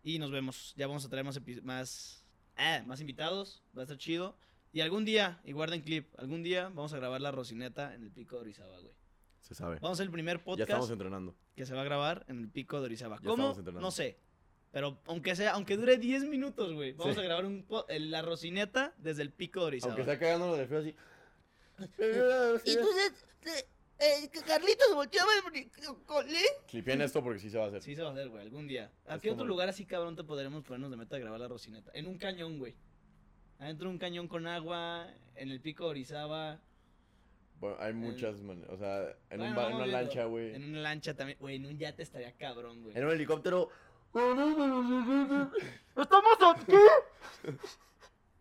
S1: Y nos vemos. Ya vamos a traer más, epi- más, ah, más invitados. Va a estar chido. Y algún día, y guarden clip, algún día vamos a grabar la Rocineta en el pico de Orizaba, güey.
S2: Se sabe.
S1: Vamos a hacer el primer
S2: Ya estamos
S1: podcast
S2: entrenando.
S1: que se va a grabar en el pico de Orizaba.
S2: Ya
S1: ¿Cómo?
S2: estamos entrenando.
S1: No sé. Pero aunque sea, aunque dure 10 minutos, güey. Vamos
S2: Sí.
S1: a grabar un po- el- la Rocineta desde el pico de Orizaba.
S2: Aunque sea cagándonos de frío así.
S8: <laughs> Y pues tú, se- Eh, que Carlitos volteaba con ¿eh?
S2: Clipeen esto porque sí se va a hacer.
S1: Sí se va a hacer, güey, algún día. ¿A
S2: Es
S1: qué otro
S2: como-
S1: lugar así, cabrón, te podremos ponernos de meta a grabar la rocineta? En un cañón, güey. Adentro de un cañón con agua, en el pico de Orizaba.
S2: Bueno, hay muchas maneras. O sea,
S1: Bueno,
S2: en, un ba- en
S1: vamos
S2: una
S1: viendo.
S2: lancha, güey.
S1: En
S2: En,
S1: una lancha también. Güey, en un yate estaría cabrón, güey.
S2: un helicóptero.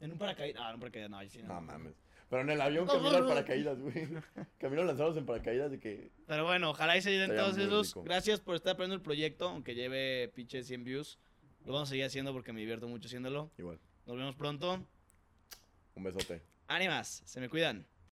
S1: En un paracaídas. Ah, en un paracaídas, no, ahí sí no.
S2: No mames. Pero en el avión camino al paracaídas, güey. Camino lanzados en paracaídas de que.
S1: Pero bueno, ojalá y se den
S2: Estaría
S1: todos
S2: muy
S1: esos.
S2: rico.
S1: Gracias por estar aprendiendo el proyecto, aunque lleve pinche 100 views. Lo vamos a seguir haciendo porque me divierto mucho haciéndolo.
S2: Igual.
S1: Nos vemos pronto.
S2: Un besote.
S1: Ánimas, se me cuidan.